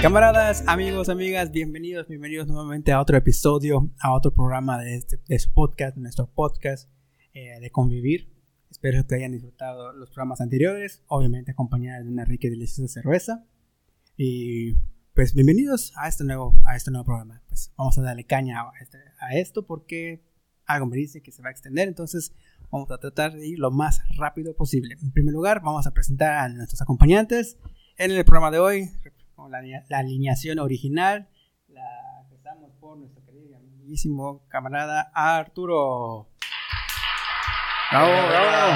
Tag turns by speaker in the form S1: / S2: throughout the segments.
S1: Camaradas, amigos, amigas, bienvenidos, bienvenidos nuevamente a otro episodio, a otro programa de este de su podcast, nuestro podcast eh, de convivir. Espero que hayan disfrutado los programas anteriores, obviamente acompañados de una rica y deliciosa cerveza. Y pues bienvenidos a este nuevo, a este nuevo programa. Pues vamos a darle caña a, este- a esto porque algo me dice que se va a extender, entonces vamos a tratar de ir lo más rápido posible. En primer lugar, vamos a presentar a nuestros acompañantes en el programa de hoy, con la, la alineación original. La empezamos por nuestro querido y amiguísimo camarada Arturo. Bravo, bravo.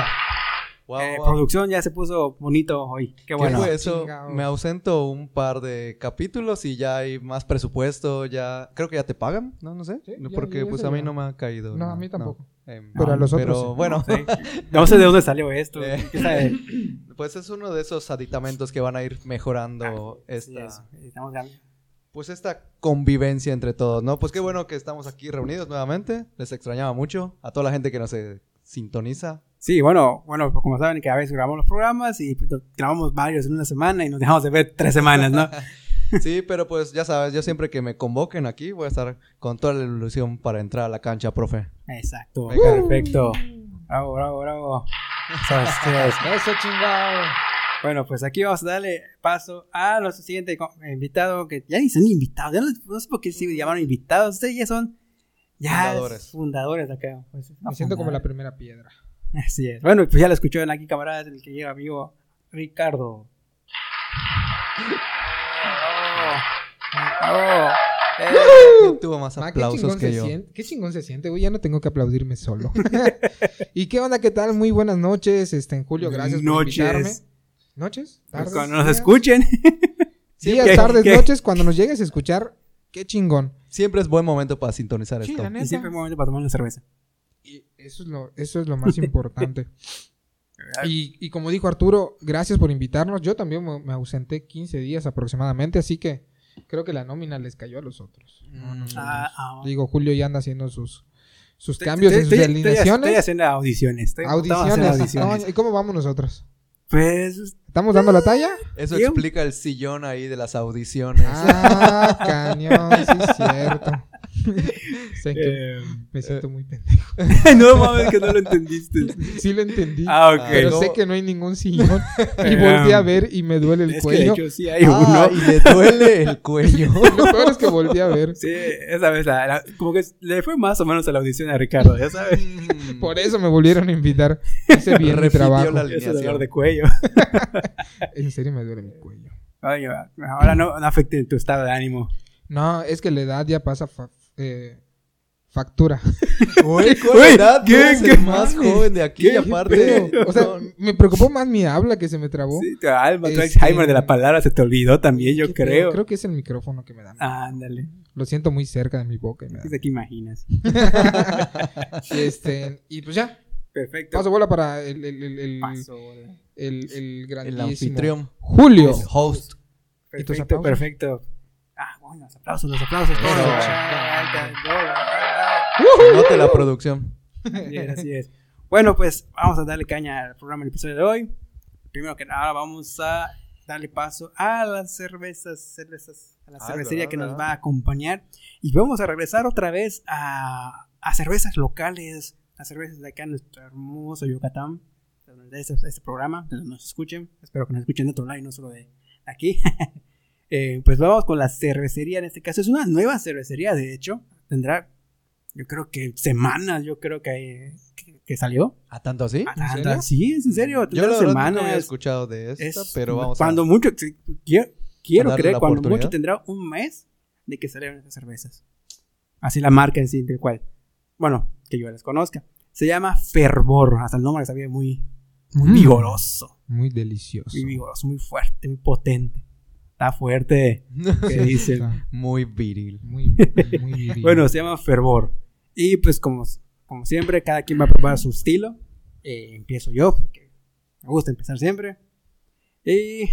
S2: Wow,
S1: Eh,
S2: wow.
S1: Producción ya se puso bonito hoy. Qué
S2: ¿Qué
S1: bueno.
S2: fue eso?
S3: Chingao.
S2: Me ausento un par de capítulos y ya hay más presupuesto, ya creo que ya te pagan, no no sé,
S3: Sí,
S2: No,
S3: ya-
S2: porque
S3: ya
S2: pues
S3: se
S2: a mí
S3: ya.
S2: no me ha caído.
S3: No, a mí tampoco.
S2: no. Em,
S3: Pero a los otros
S2: Pero
S3: sí.
S2: bueno,
S1: Sí. No sé de dónde salió esto.
S2: Eh.
S1: ¿Qué sabe?
S2: pues es uno de esos aditamentos que van a ir mejorando
S1: Ah, Sí,
S2: esta
S1: eso. Estamos ya-
S2: pues esta convivencia entre todos, ¿no? Pues qué bueno que estamos aquí reunidos nuevamente. Les extrañaba mucho a toda la gente que nos eh, sintoniza.
S1: Sí, bueno, bueno, pues como saben que a veces grabamos los programas y pues, grabamos varios en una semana y nos dejamos de ver tres semanas, ¿no?
S2: Sí, pero pues ya sabes, yo siempre que me convoquen aquí voy a estar con toda la ilusión para entrar a la cancha, profe.
S1: Exacto.
S2: Venga.
S1: Perfecto. Bravo, bravo, bravo. Sabes, sabes.
S3: Eso chingado.
S1: Bueno, pues aquí vamos a darle paso a nuestro siguiente co- invitado, que ya ni son invitados, ya no, no sé por qué se llamaron invitados, ustedes ya son ya
S2: Fundadores.
S1: fundadores acá. pues,
S3: Me siento como la
S1: fundadores.
S3: primera piedra.
S1: Así es. Bueno, pues ya lo escucharon aquí, camaradas, el que llega amigo Ricardo.
S3: Oh,
S1: Bravo.
S2: ¿Quién tuvo más
S3: Ma,
S2: aplausos que
S3: se
S2: yo?
S3: siente, qué chingón se siente, güey. Ya no tengo que aplaudirme solo. ¿Y qué onda? ¿Qué tal? Muy buenas noches, este, en Julio. Gracias
S1: Noches.
S3: por invitarme. ¿Noches? ¿Tardes?
S1: Pues Cuando nos
S3: días,
S1: escuchen.
S3: Días,
S1: ¿Qué-
S3: tardes,
S1: qué?
S3: noches. Cuando nos llegues a escuchar, qué chingón.
S2: Siempre es buen momento para sintonizar esto.
S3: Mm.
S1: Y siempre un momento para tomar una cerveza.
S3: Y Eso es lo, eso es lo más importante. Y, y como dijo Arturo, gracias por invitarnos. Yo también me me ausenté 15 días aproximadamente, así que creo que la nómina les cayó a los otros. No, no, no,
S1: Ah, ah.
S3: Digo, Julio ya anda haciendo sus, sus
S1: Estoy-
S3: cambios en
S1: estoy- estoy-
S3: sus
S1: estoy- Estoy
S3: alineaciones.
S1: haciendo audiciones. estoy- estamos haciendo
S3: Audiciones.
S1: audiciones.
S3: No, ¿Y cómo vamos nosotros?
S1: Pues
S3: ¿Estamos dando la talla?
S2: Eso
S1: Bien.
S2: explica el sillón ahí de las audiciones.
S3: Ah, cañón, sí es cierto. Sé que me siento muy pendejo.
S1: este, no mames que no lo entendiste.
S3: Sí lo entendí.
S1: Ah, ok.
S2: Ah,
S3: Pero
S2: no.
S3: sé que no hay ningún sillón. Y
S1: Eh,
S3: volví a ver y me duele el
S1: es que de
S3: cuello.
S1: hecho sí hay
S2: Ah,
S1: uno.
S2: y le duele el cuello.
S3: Lo peor es que volví a ver.
S1: Sí, esa vez la- la- como que le fue más o menos a la audición a Ricardo, ya sabes.
S3: Mm. Por eso me volvieron a invitar. Hice bien mi
S2: Repitió
S3: trabajo.
S1: Ese
S2: la alineación.
S1: dolor de cuello.
S3: En serio me duele mi cuello.
S1: Oye, ahora no, no afecte tu estado de ánimo.
S3: No, es que la edad ya pasa fa- eh, factura.
S2: Uy, ¿cuál
S1: Uy,
S2: edad? Tú
S1: ¿qué-
S2: eres
S1: qué
S2: el más
S1: mames?
S2: joven de aquí,
S1: ¿Qué-
S2: aparte.
S3: Pero, o sea,
S2: no,
S3: me preocupó más mi habla que se me trabó.
S1: Sí, tu alma, tu
S3: Este-
S1: Alzheimer de la palabra se te olvidó también, yo
S3: ¿Qué pedo?
S1: creo.
S3: Creo que es el micrófono que me
S2: Ah.
S3: da.
S1: Ándale,
S3: Lo siento muy cerca de mi boca. y me da-
S1: ¿qué te imaginas?
S3: Este, y pues ya,
S1: Perfecto.
S3: paso Mm. bola para el, el, el, el,
S1: Paso, hola.
S3: el- el
S2: el
S3: grandísimo
S2: anfitrión.
S3: Julio.
S2: El host.
S3: ¿Y tus
S1: Perfecto,
S3: aplausos?
S1: perfecto. Ah, bueno, los aplausos, los aplausos.
S2: Eso,
S1: todos.
S2: chingada.
S1: Ah, alta, dólar.
S2: Note la producción.
S1: Así es, así es. Bueno, pues vamos a darle caña al programa, el episodio de hoy. Primero que nada, vamos a darle paso a las cervezas, cervezas, a la
S2: Ah,
S1: cervecería
S2: verdad,
S1: que nos
S2: verdad.
S1: va a acompañar. Y vamos a regresar otra vez a, a cervezas locales, a cervezas de acá en nuestro hermoso Yucatán, de donde es este, programa, de donde nos escuchen. Espero que nos escuchen de otro lado y no solo de aquí. Eh, pues vamos con la cervecería en este caso. Es una nueva cervecería, de hecho. Tendrá yo creo que semanas, yo creo que, que, que salió.
S2: ¿A tanto así?
S1: Ah,
S3: serio?
S1: tantas- Sí, es en serio.
S2: Yo
S1: tendrá
S2: la verdad nunca había
S1: semanas.
S2: escuchado de esto,
S1: Es-
S2: pero vamos
S1: cuando
S2: a...
S1: mucho, sí, quiero, quiero
S2: darle
S1: creer,
S2: la
S1: cuando
S2: oportunidad.
S1: mucho tendrá un mes de que salieron esas cervezas. Así la marca en sí, del cual. Bueno, que yo las conozca. Se llama Fervor. Hasta el nombre sabía muy, muy
S3: Mm,
S1: vigoroso.
S3: Muy delicioso.
S1: Muy vigoroso, muy fuerte, muy potente. Está fuerte, que dicen.
S3: Está
S2: Muy viril.
S3: Muy, muy viril.
S1: Bueno, se llama Fervor. Y pues como, como siempre, cada quien va a probar su estilo. Eh, empiezo yo, porque me gusta empezar siempre. Y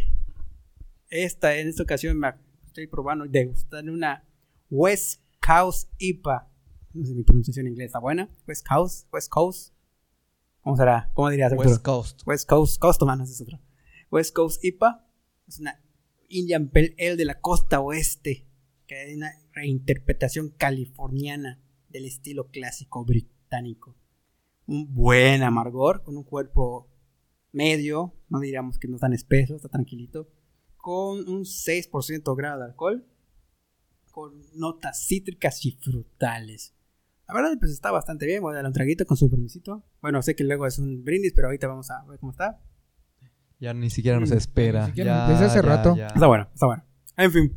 S1: esta, en esta ocasión me estoy probando de gustar una West Coast IPA. No sé si mi pronunciación en inglés está buena. West Coast, West Coast. ¿Cómo será? ¿Cómo dirías? Arturo?
S2: West Coast.
S1: West Coast, Coast, no, ese es otro. West Coast IPA. Es una Indian Pale Ale de la costa oeste, que es una reinterpretación californiana del estilo clásico británico. Un buen amargor, con un cuerpo medio, no diríamos que no tan espeso, está tranquilito, con un 6% grado de alcohol, con notas cítricas y frutales. La verdad, pues está bastante bien. Voy a darle un traguito con su permisito. Bueno, sé que luego es un brindis, pero ahorita vamos a ver cómo está.
S2: Ya ni siquiera nos
S1: Mm,
S2: espera.
S3: ni siquiera-
S2: ya,
S3: desde hace
S2: ya,
S3: rato.
S2: ya.
S1: Está bueno, está bueno. En fin,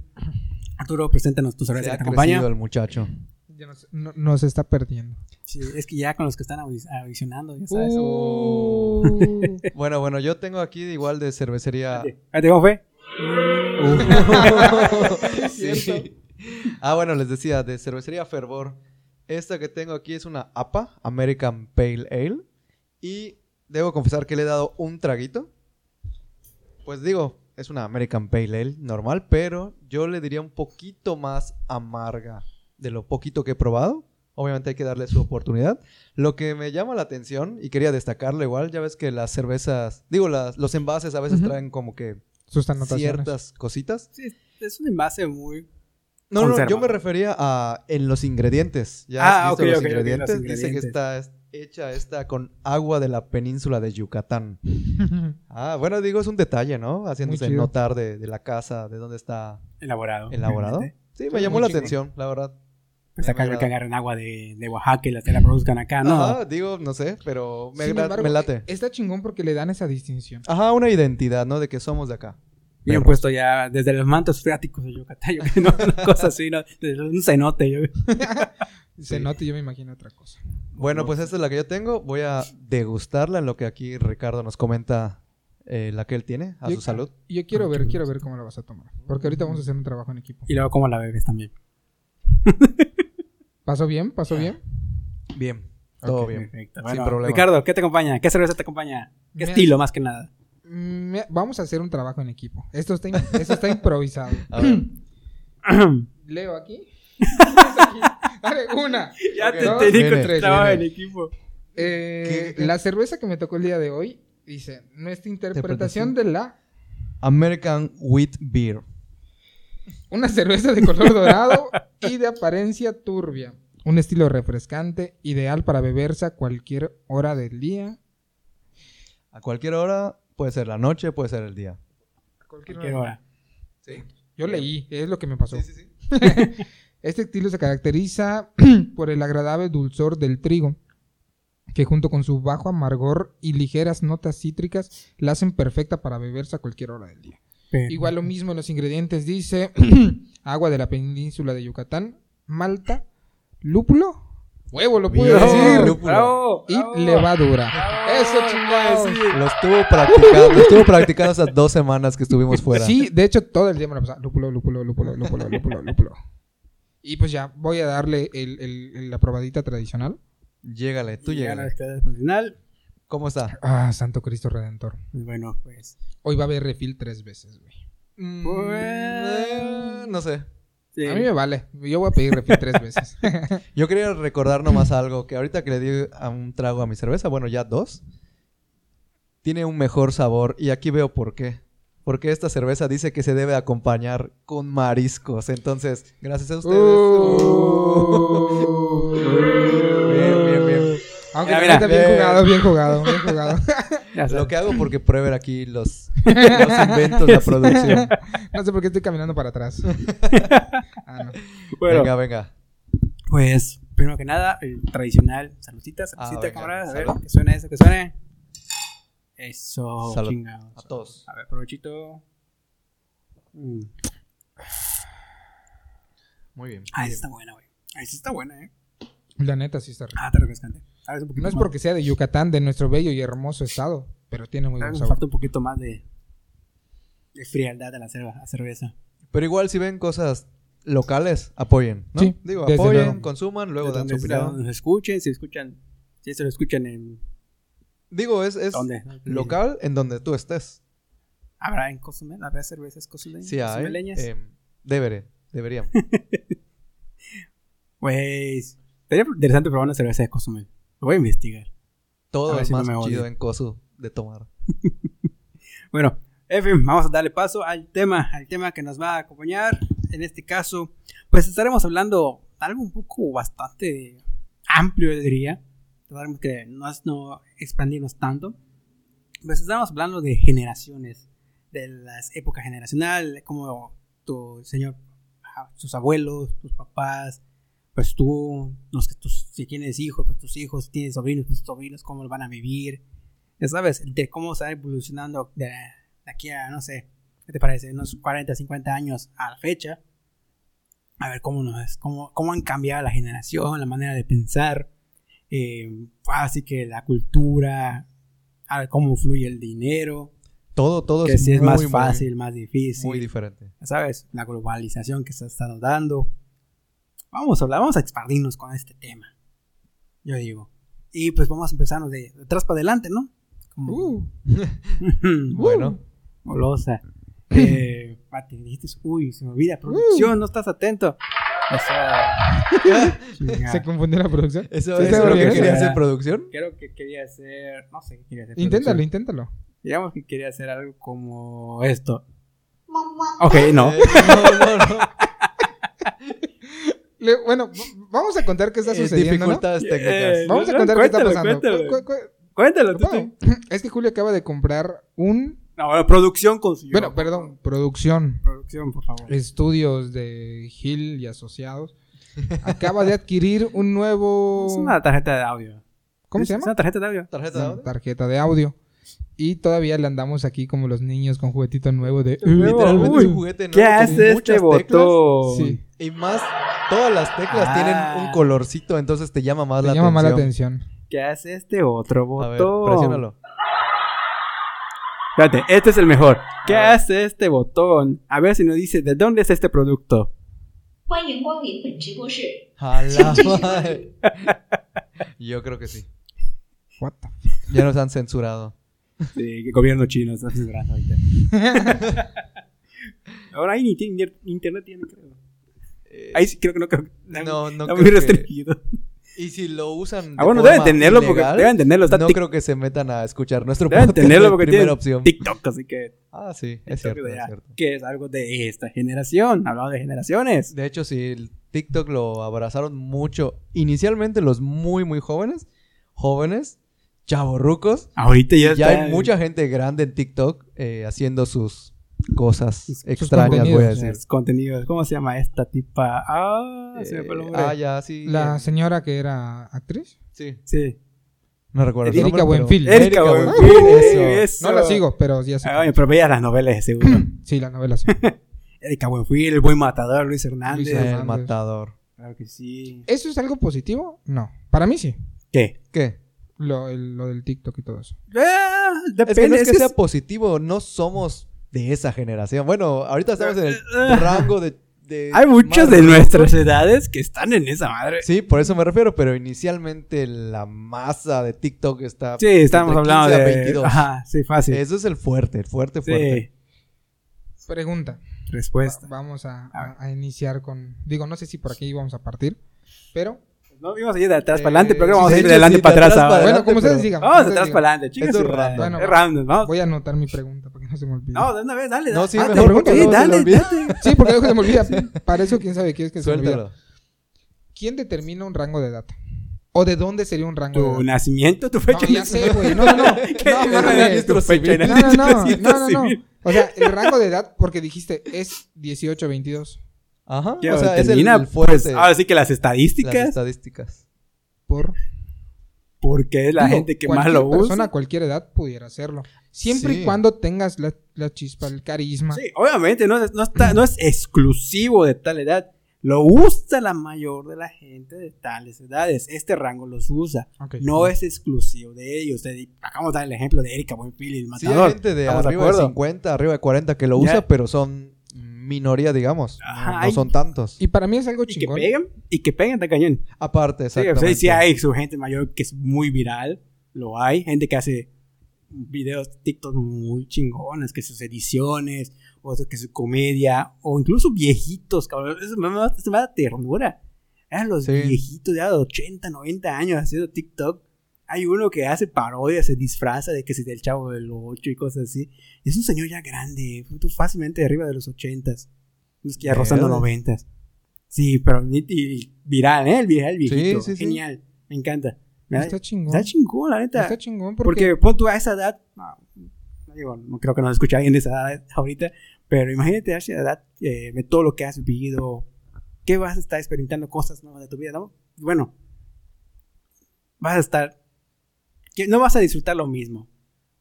S1: Arturo, preséntanos tu
S2: Se
S1: cerveza
S2: ha
S1: que te
S2: crecido
S1: acompaña.
S2: el muchacho.
S3: Ya nos, no- nos está perdiendo.
S1: Sí, es que ya con los que están audi- audicionando, ya sabes.
S3: Uh.
S2: Bueno, bueno, yo tengo aquí igual de cervecería.
S1: Espérate, espérate, ¿Cómo fue?
S2: Uh. Sí. Ah, bueno, les decía, de cervecería Fervor. Esta que tengo aquí es una APA, American Pale Ale. Y debo confesar que le he dado un traguito. Pues digo, es una American Pale Ale normal, pero yo le diría un poquito más amarga de lo poquito que he probado. Obviamente hay que darle su oportunidad. Lo que me llama la atención, y quería destacarlo igual, ya ves que las cervezas, digo, las- los envases a veces
S3: Ujú.
S2: traen como que
S3: Sus anotaciones.
S2: ciertas cositas.
S1: Sí, es- es un envase muy.
S2: No, no,
S1: Conserva.
S2: yo me refería a en los ingredientes. Ya
S1: Ah,
S2: has visto
S1: ok,
S2: los,
S1: ok, ok, los
S2: ingredientes? Dice
S1: ingredientes.
S2: que está es- hecha esta con agua de la península de Yucatán. Ah, bueno, digo, es un detalle, ¿no? Haciéndose
S3: chido.
S2: notar de, de la casa, de dónde está
S1: Elaborado.
S2: elaborado.
S1: obviamente.
S2: Sí, me
S3: Muy
S2: llamó la
S3: chingón.
S2: atención, la verdad.
S1: Pues
S2: Me
S1: acá creo
S2: agrada.
S1: que agarran agua de, de Oaxaca y la, se la produzcan acá, Ah, ¿no?
S2: Ajá, digo, no sé, pero me,
S3: Sin
S2: gra-
S3: embargo, eh,
S2: me late.
S3: Está chingón porque le dan esa distinción.
S2: Ajá, una identidad, ¿no? De que somos de acá.
S1: Bien
S2: Perros.
S1: puesto ya desde los mantos freáticos de Yucatán, yo creo, ¿no? una cosa así, ¿no? Desde un cenote. Yo.
S3: Se nota y yo me imagino otra cosa.
S2: Bueno, pues esta es la que yo tengo. Voy a degustarla en lo que aquí Ricardo nos comenta eh, la que él tiene, a
S3: Yo-
S2: su salud.
S3: Yo quiero ver, quiero ver cómo la vas a tomar. Porque ahorita vamos a hacer un trabajo en equipo.
S1: Ah, Y luego, ¿cómo la bebes también?
S3: ¿Pasó bien? ¿Pasó bien?
S2: Bien, todo
S3: Ok,
S2: bien.
S1: Perfecto.
S2: Sin
S1: Bueno,
S2: problema.
S1: Ricardo, ¿qué te acompaña? ¿Qué cerveza te acompaña? ¿Qué
S3: Me-
S1: estilo, más que nada?
S3: Mm, me- Vamos a hacer un trabajo en equipo. Esto está, im- esto está improvisado.
S2: A ver.
S3: Leo aquí. Dale, una.
S1: ya
S2: Ok,
S1: te,
S2: dos,
S1: te digo
S2: viene,
S1: que estaba en
S3: viene.
S1: equipo.
S3: Eh,
S2: ¿Qué- qué?
S3: La cerveza que me tocó el día de hoy dice: Nuestra interpretación
S2: Interpretación.
S3: de la.
S2: American Wheat Beer.
S3: Una cerveza de color dorado y de apariencia turbia. Un estilo refrescante, ideal para beberse a cualquier hora del día.
S2: A cualquier hora, puede ser la noche, puede ser el día.
S1: Qué hora.
S2: Sí,
S3: Yo leí, es lo que me pasó.
S2: sí.
S3: Este estilo se caracteriza por el agradable dulzor del trigo, que junto con su bajo amargor y ligeras notas cítricas la hacen perfecta para beberse a cualquier hora del día. Igual lo mismo en los ingredientes dice agua de la península de Yucatán, malta, lúpulo, huevo lo pude
S2: Bien.
S3: decir
S2: Lúpulo.
S1: Bravo, bravo.
S3: y levadura.
S1: Bravo, Pues
S3: Eso chingados.
S1: iba a decir.
S2: Lo estuvo practicando, lo estuvo practicando esas dos semanas que estuvimos fuera.
S3: Sí, de hecho todo el día me la pasaba lúpulo, lúpulo, lúpulo, lúpulo, lúpulo, lúpulo. Y pues ya voy a darle el- el- el- la probadita tradicional.
S2: Llégale, tú
S1: Y ya la
S2: llégale.
S1: despedida del profesional.
S2: ¿Cómo está?
S3: Ah, Santo Cristo Redentor.
S1: Pues Bueno, pues.
S3: Hoy va a haber refill tres veces, güey.
S2: Mm, Eh, No sé.
S1: sí.
S3: A mí me vale. Yo voy a pedir refill tres veces.
S2: Yo quería recordar nomás algo, que ahorita que le di a un trago a mi cerveza, bueno, ya dos, tiene un mejor sabor y aquí veo por qué. Porque esta cerveza dice que se debe acompañar con mariscos. Entonces, gracias a ustedes. Uh.
S3: Uh.
S2: Bien, bien, bien.
S3: Aunque
S1: Mira, Eh.
S3: la neta,
S2: mira.
S3: bien jugado, bien jugado, bien jugado.
S1: Ya sabes.
S2: Lo que hago porque prueben aquí los, los inventos, la producción.
S3: No sé por qué estoy caminando para atrás. Ah, no.
S1: Bueno,
S2: Venga, venga.
S1: pues, primero que nada, el tradicional. Saludcita,
S2: Ah,
S1: saludcita,
S2: venga,
S1: camaradas. A ver,
S2: salud.
S1: que suene eso, que suene. Eso,
S2: Salud.
S1: chingados.
S2: A todos.
S1: A ver, provechito. Mm.
S2: Muy bien.
S1: Ah, esa está buena, güey. Ah, esa está buena, eh.
S3: La neta sí está rico.
S1: Ah, te refrescante. Tal vez un poquito
S3: No es
S1: más.
S3: porque sea de Yucatán, de nuestro bello y hermoso estado, pero tiene muy
S1: Tal
S3: buen
S1: vez me
S3: sabor.
S1: falta un poquito más de, de frialdad a la cerve- a cerveza.
S2: Pero igual si ven cosas locales, apoyen. ¿no?
S3: Sí,
S2: Digo,
S3: desde
S2: apoyen,
S3: luego.
S2: consuman, luego
S1: De
S2: dan su
S1: donde sea,
S2: opinión.
S1: donde se escuchen, si escuchan, si esto lo escuchan en
S2: Digo, es, es
S1: dónde.
S2: local en donde tú estés.
S1: Habrá en Cozumel, habrá cervezas cozumeleñas.
S2: Si hay.
S1: cozumeleñas?
S2: eh, deberé, deberían.
S1: Pues, sería interesante probar una cerveza de Cozumel. Lo voy a investigar. A
S2: Todo
S1: ver
S2: es
S1: si no
S2: más
S1: me odio.
S2: chido en Cosu de tomar.
S1: Bueno, En fin, vamos a darle paso al tema, al tema que nos va a acompañar. En este caso, pues estaremos hablando algo un poco bastante amplio, diría. Trataremos que no, es- no expandirnos tanto. Pues estaremos hablando de generaciones, de las épocas generacional, como tu señor, ah, tus abuelos, tus papás, pues tú, los que tus, si tienes hijos, pues tus hijos, si tienes sobrinos, pues tus sobrinos, cómo lo van a vivir. Ya sabes, de cómo está evolucionando de, de aquí a, no sé, ¿qué te parece? Unos 40, 50 años a la fecha. A ver cómo nos es, cómo, cómo han cambiado la generación, la manera de pensar. eh, así que la cultura, a ver cómo fluye el dinero.
S2: Todo, todo
S1: Que si es
S2: muy,
S1: más
S2: muy,
S1: fácil, más
S2: Muy,
S1: difícil.
S2: diferente.
S1: Ya ¿Sabes? La globalización que se ha estado dando. Vamos a hablar, vamos a expandirnos con este tema. Yo digo. Y pues vamos a empezarnos de, de atrás para adelante, ¿no? Como-
S3: Uh,
S2: Bueno.
S1: Golosa. Eh, Pati, dijiste, uy, se me olvida, producción, no estás atento. O sea, chingada.
S3: se confundió la producción.
S2: Eso
S3: Sí,
S2: es
S3: está
S2: lo que
S3: bien.
S2: quería hacer
S1: Era-
S2: producción.
S1: Creo que quería hacer, no sé qué quería hacer.
S3: Inténtalo,
S1: producción.
S3: inténtalo.
S1: Digamos que quería hacer algo como esto. Ok, no.
S2: Eh, no, no, no.
S3: Le- bueno, v- vamos a contar qué está
S2: Eh,
S3: sucediendo. ¿no?
S2: dificultades técnicas.
S1: Eh,
S3: Vamos a
S1: No,
S3: contar qué está
S1: cuéntalo,
S3: pasando.
S1: cuéntalo.
S3: Cu- cu- cu-
S1: Cuéntalo, tú.
S3: Pau,
S1: tú.
S3: Es que Julio acaba de comprar un.
S1: No, bueno, producción con su
S3: Bueno, perdón, producción.
S1: Producción, por favor.
S3: Estudios de Gil y Asociados. Acaba de adquirir un nuevo.
S1: Es una tarjeta de audio.
S3: ¿Cómo
S1: Es-
S3: se
S1: Es
S3: llama?
S1: una tarjeta de audio.
S2: ¿Tarjeta de audio?
S3: Tarjeta de audio. Y todavía le andamos aquí como los niños con juguetito nuevo de.
S1: Nuevo,
S2: Literalmente
S1: uy.
S2: es un juguete nuevo
S1: ¿Qué
S2: con
S1: hace este
S2: muchas teclas.
S1: botón?
S3: Sí,
S2: Y más, todas las teclas
S1: Ah.
S2: tienen un colorcito, entonces te llama más
S3: te
S2: la
S3: llama más la
S2: atención.
S3: atención.
S1: ¿Qué hace este otro
S2: A
S1: botón?
S2: ver, presiónalo.
S1: Espérate, este es el mejor. ¿Qué
S2: A ver.
S1: hace este botón? A ver si nos dice de dónde es este producto.
S4: 欢迎光临本直播室，
S2: A la
S4: 请进
S2: madre. Yo creo que sí.
S3: What the
S2: Ya nos han censurado.
S1: Sí, que gobierno chino está censurando ahorita. Ahora ahí ni tiene inter- internet tiene, creo.
S2: Eh,
S1: Ahí sí creo que no creo. que-
S2: No, no
S1: está
S2: creo
S1: muy
S2: que-
S1: restringido.
S2: Y si lo usan.
S1: Ah,
S2: de
S1: bueno, deben
S2: forma
S1: tenerlo
S2: ilegal,
S1: porque deben tenerlo. Está
S2: No
S1: tic-
S2: creo que se metan a escuchar nuestro
S1: deben
S2: podcast.
S1: tenerlo
S2: de
S1: porque
S2: primera
S1: tiene
S2: opción.
S1: TikTok, así que
S2: Ah, sí, es cierto, es cierto.
S1: que es algo de esta generación. Hablamos de generaciones.
S2: De hecho, sí, el TikTok lo abrazaron mucho. Inicialmente los muy, muy jóvenes. Jóvenes, chavorrucos.
S1: Ahorita ya,
S2: Ya
S1: está-
S2: hay mucha gente grande en TikTok eh, haciendo sus cosas
S1: Sus- sus
S2: extrañas, voy a
S3: contenidos,
S2: decir.
S1: es contenido. ¿Cómo se llama esta tipa? Ah, se me fue el
S2: Eh,
S1: nombre.
S2: ah, ya, sí.
S3: La
S2: eh,
S3: señora que era actriz.
S2: sí.
S1: Sí.
S2: No recuerdo. el
S1: Erika
S2: nombre, pero-
S3: Buenfil.
S1: Erika
S2: Erika
S1: Buenfil,
S2: Buenfil,
S1: eh,
S2: eso.
S1: eso.
S3: No la sigo, pero ya sé.
S1: Ah, oye, pero veías las novelas de seguro.
S3: Sí, la novela sí.
S1: Erika Buenfil, el buen matador, Luis Hernández.
S3: Luis Hernández.
S2: El matador.
S1: Claro que sí.
S3: ¿Eso es algo positivo? No. Para mí sí.
S1: ¿Qué?
S2: ¿Qué?
S3: Lo, el- lo del TikTok y todo eso.
S1: Ah,
S2: Es que no
S1: depende.
S2: es que
S1: es-
S2: sea positivo, no somos de esa generación. Bueno, ahorita estamos en el
S1: Ah.
S2: rango de. de
S1: Hay muchas
S2: más
S1: de
S2: rucos.
S1: nuestras edades que están en esa madre.
S2: Sí, por eso me refiero, pero inicialmente la masa de TikTok está.
S1: Sí, estamos
S2: entre
S1: hablando
S2: 15 a
S1: de.
S2: 22.
S1: Ajá, sí, fácil.
S2: Eso es el fuerte, el fuerte, fuerte.
S1: sí,
S3: Pregunta.
S1: respuesta.
S3: Vamos a, a- a iniciar con. Digo, no sé si por aquí íbamos a partir, pero.
S1: No vimos ir de atrás
S3: Eh,
S1: para adelante, pero creo que vamos
S2: sí,
S1: a ir de
S2: sí,
S1: adelante
S2: sí,
S1: para
S2: de
S1: atrás
S2: atrás
S1: ahora.
S2: para
S3: bueno, como ustedes
S2: pero-
S3: digan. como
S1: Vamos de
S3: ustedes
S1: atrás
S3: digan.
S1: para adelante, chicas.
S2: Esto es
S1: su madre.
S2: random.
S1: Es random, vamos.
S3: Voy a anotar mi pregunta porque no se me olvide.
S1: No, de una vez, dale.
S2: No,
S1: dale.
S2: sí,
S1: Ah,
S2: mejor
S1: te pregunto,
S2: porque
S1: sí,
S2: luego se
S1: dale,
S2: lo olvida.
S1: dale.
S3: Sí, porque luego se me olvida. Para eso, quién sabe quién es que se me olvida.
S2: Suéltalo.
S3: ¿Quién determina un rango de edad? ¿O de dónde sería un rango
S1: Tu
S3: de edad?
S1: nacimiento, tu
S3: No,
S1: fecha de
S3: ya sé, güey. No, no, no.
S1: ¿Qué?
S3: No,
S1: Era
S3: mames.
S1: registro civil.
S3: No, no, no,
S1: Registro
S3: no, no,
S1: civil.
S3: no. O sea, el rango de edad, porque dijiste, es 18 22.
S2: Ajá.
S1: Ya
S2: O sea, es el,
S1: termina,
S2: el fuerte.
S1: pues, ahora sí que las
S2: las
S1: estadísticas,
S2: estadísticas.
S3: Por
S1: porque es la
S3: Digo,
S1: gente que más
S3: cualquier
S1: lo usa.
S3: persona a cualquier edad pudiera hacerlo. Siempre
S2: Sí.
S3: y cuando tengas la, la chispa, el carisma.
S1: Sí, obviamente, no, es- no está- no es exclusivo de tal edad. Lo usa la mayor de la gente de tales edades. Este rango los usa.
S3: Ok.
S1: No es exclusivo de ellos. Te di- Acabamos de dar el ejemplo de Erika Buenfil y el
S2: Sí, hay
S1: matador.
S2: gente de
S1: Estamos de
S2: arriba de,
S1: acuerdo.
S2: 50, arriba de 40 que lo
S1: Ya.
S2: usa, pero son minoría, digamos. No-
S1: Ajá,
S2: no,
S1: hay-
S2: son tantos.
S3: Y para mí es algo
S1: y que
S3: chingón.
S1: pegan, y que pegan tan cañón.
S2: Aparte,
S1: Sí, o
S2: exactamente.
S1: sea, sí hay su gente mayor que es muy viral. Lo hay. Gente que hace videos TikTok muy chingones, que sus ediciones, o sea, que su comedia, o incluso viejitos, cabrón. Eso me, da- eso me da ternura. Eran los
S2: Sí.
S1: viejitos ya de 80, 90 años haciendo TikTok. Hay uno que hace parodias, se disfraza de que si del chavo del 8 y cosas así. Y es un señor ya grande, puto, fácilmente arriba de los 80 Es que ya rozando
S2: Verde.
S1: 90 Sí, pero ni- y viral, ¿eh? El viral, el viejito.
S2: sí, sí.
S1: Genial, me encanta. Me da-
S3: Está chingón.
S1: Está chingón, la neta.
S3: Está chingón porque,
S1: Porque pon tú a esa edad, no, no digo, no creo que nos escuche alguien de esa edad ahorita, pero imagínate a esa edad, eh, de todo lo que has vivido, que vas a estar experimentando cosas nuevas de tu vida, ¿no? Bueno, vas a estar, que no vas a disfrutar lo mismo.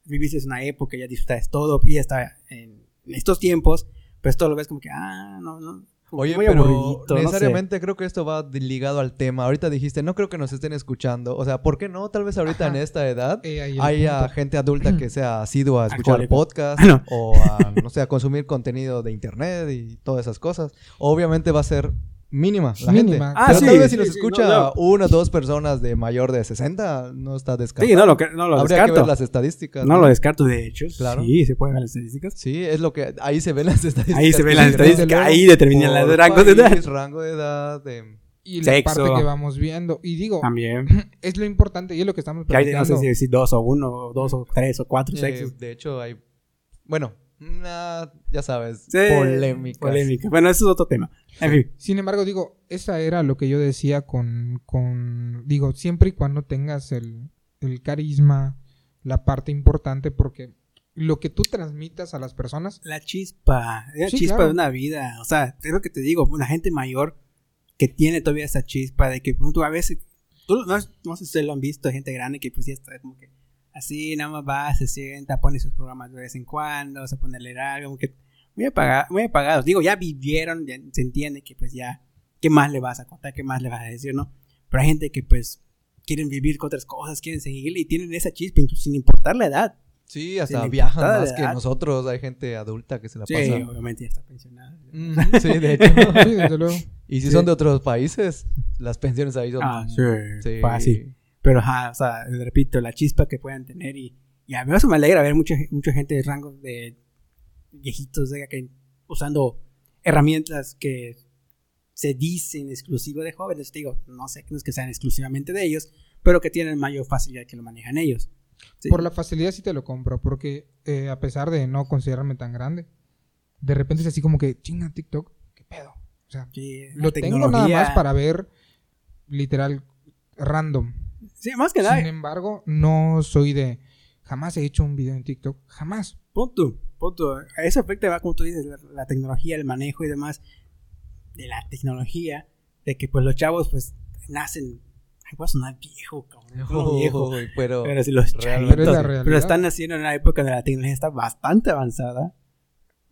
S1: Viviste una época, ya disfrutas todo, ya está en, en estos tiempos, pues todo lo ves como que, ah, no, no. como que
S2: Oye,
S1: muy
S2: pero
S1: aburridito, no sé.
S2: necesariamente creo que esto va de- ligado al tema. Ahorita dijiste, no creo que nos estén escuchando. O sea, ¿por qué no? Tal vez ahorita
S3: Ajá.
S2: en esta edad
S3: eh, ahí el
S2: haya
S3: punto.
S2: gente adulta que sea asidua a escuchar
S1: Alcohólico.
S2: podcast
S1: Ah, no.
S2: o a, no sé, a consumir contenido de internet y todas esas cosas. Obviamente va a ser mínima la
S3: Mínima.
S2: gente.
S1: Ah,
S2: pero
S1: sí,
S2: tal vez si
S1: sí,
S2: nos
S1: sí,
S2: escucha
S1: no, no.
S2: una o dos personas de mayor de 60, no está descartado.
S1: Sí, no lo, que- no lo
S2: Habría que
S1: descarto.
S2: ver las estadísticas.
S1: No lo descarto, de hecho.
S2: Claro.
S1: Sí, se pueden ver las estadísticas.
S2: Sí, es lo que ahí se ven las estadísticas.
S1: Ahí se
S2: que
S1: ven las
S2: generan
S1: estadísticas,
S3: luego,
S1: ahí determinan
S2: por
S1: las rangos de edad.
S2: país, rango de edad. em,
S3: Y la
S1: Sexo.
S3: parte que vamos viendo. Y digo,
S1: También.
S3: es lo importante y es lo que estamos
S1: Que ahí no
S3: platicando.
S1: sé si decir dos o uno, o dos o tres o cuatro
S2: eh,
S1: sexos.
S2: de hecho, hay. Bueno, nah, ya sabes.
S1: Sí,
S2: polémicas.
S1: Polémica. Bueno, eso es otro tema. En fin.
S3: Sin embargo, digo, esa era lo que yo decía con, con digo, siempre y cuando tengas el, el carisma, la parte importante, porque lo que tú transmitas a las personas,
S1: La chispa. La
S3: Sí,
S1: chispa
S3: claro.
S1: de una vida. O sea, es lo que te digo. La gente mayor que tiene todavía esa chispa de que pues, tú a veces. Tú, no, no sé si ustedes lo han visto, gente grande que pues ya está como que así, nada más va, se sienta, pone sus programas de vez en cuando, se pone a leer algo, como que muy, apaga- muy apagados. Digo, ya vivieron, ya se entiende que pues ya, ¿qué más le vas a contar? ¿Qué más le vas a decir, no? Pero hay gente que pues quieren vivir con otras cosas, quieren seguirle y tienen esa chispa, incluso sin importar la edad.
S2: Sí, hasta
S1: Sin
S2: viajan
S1: importar la
S2: más que
S1: edad.
S2: nosotros. Hay gente adulta que se la
S1: Sí,
S2: pasa.
S1: obviamente ya está pensionada.
S2: Ujú, Sí, de hecho.
S3: sí, desde luego,
S2: Y si
S3: Sí.
S2: son de otros países, las pensiones ahí son.
S1: Ah, sí,
S2: sí.
S1: fácil. Pero, ajá, o sea, repito, la chispa que puedan tener y, y a mí eso me alegra ver mucha, mucha gente de rangos de viejitos de que usando herramientas que se dicen exclusivas de jóvenes. Digo, no sé, no es que sean exclusivamente de ellos, pero que tienen mayor facilidad que lo manejan ellos. Sí.
S3: por la facilidad sí te lo compro, porque eh, a pesar de no considerarme tan grande, de repente es así como que, chinga TikTok, ¿qué pedo? O sea,
S1: Sí, la
S3: lo tengo nada
S1: tecnología.
S3: más para ver, literal, random.
S1: Sí, más que nada,
S3: Sin embargo, no soy de, jamás he hecho un video en TikTok, jamás.
S1: Punto, punto. A Eso afecta, va, como tú dices, la, la tecnología, el manejo y demás de la tecnología, de que pues los chavos pues nacen, ay, voy a sonar viejo, cabrón, todo viejo.
S2: Uy, pero.
S1: Pero si los chavitos,
S2: Realmente.
S3: Pero Oh, es la
S1: pero,
S3: realidad.
S1: están naciendo en una época donde la tecnología está bastante avanzada.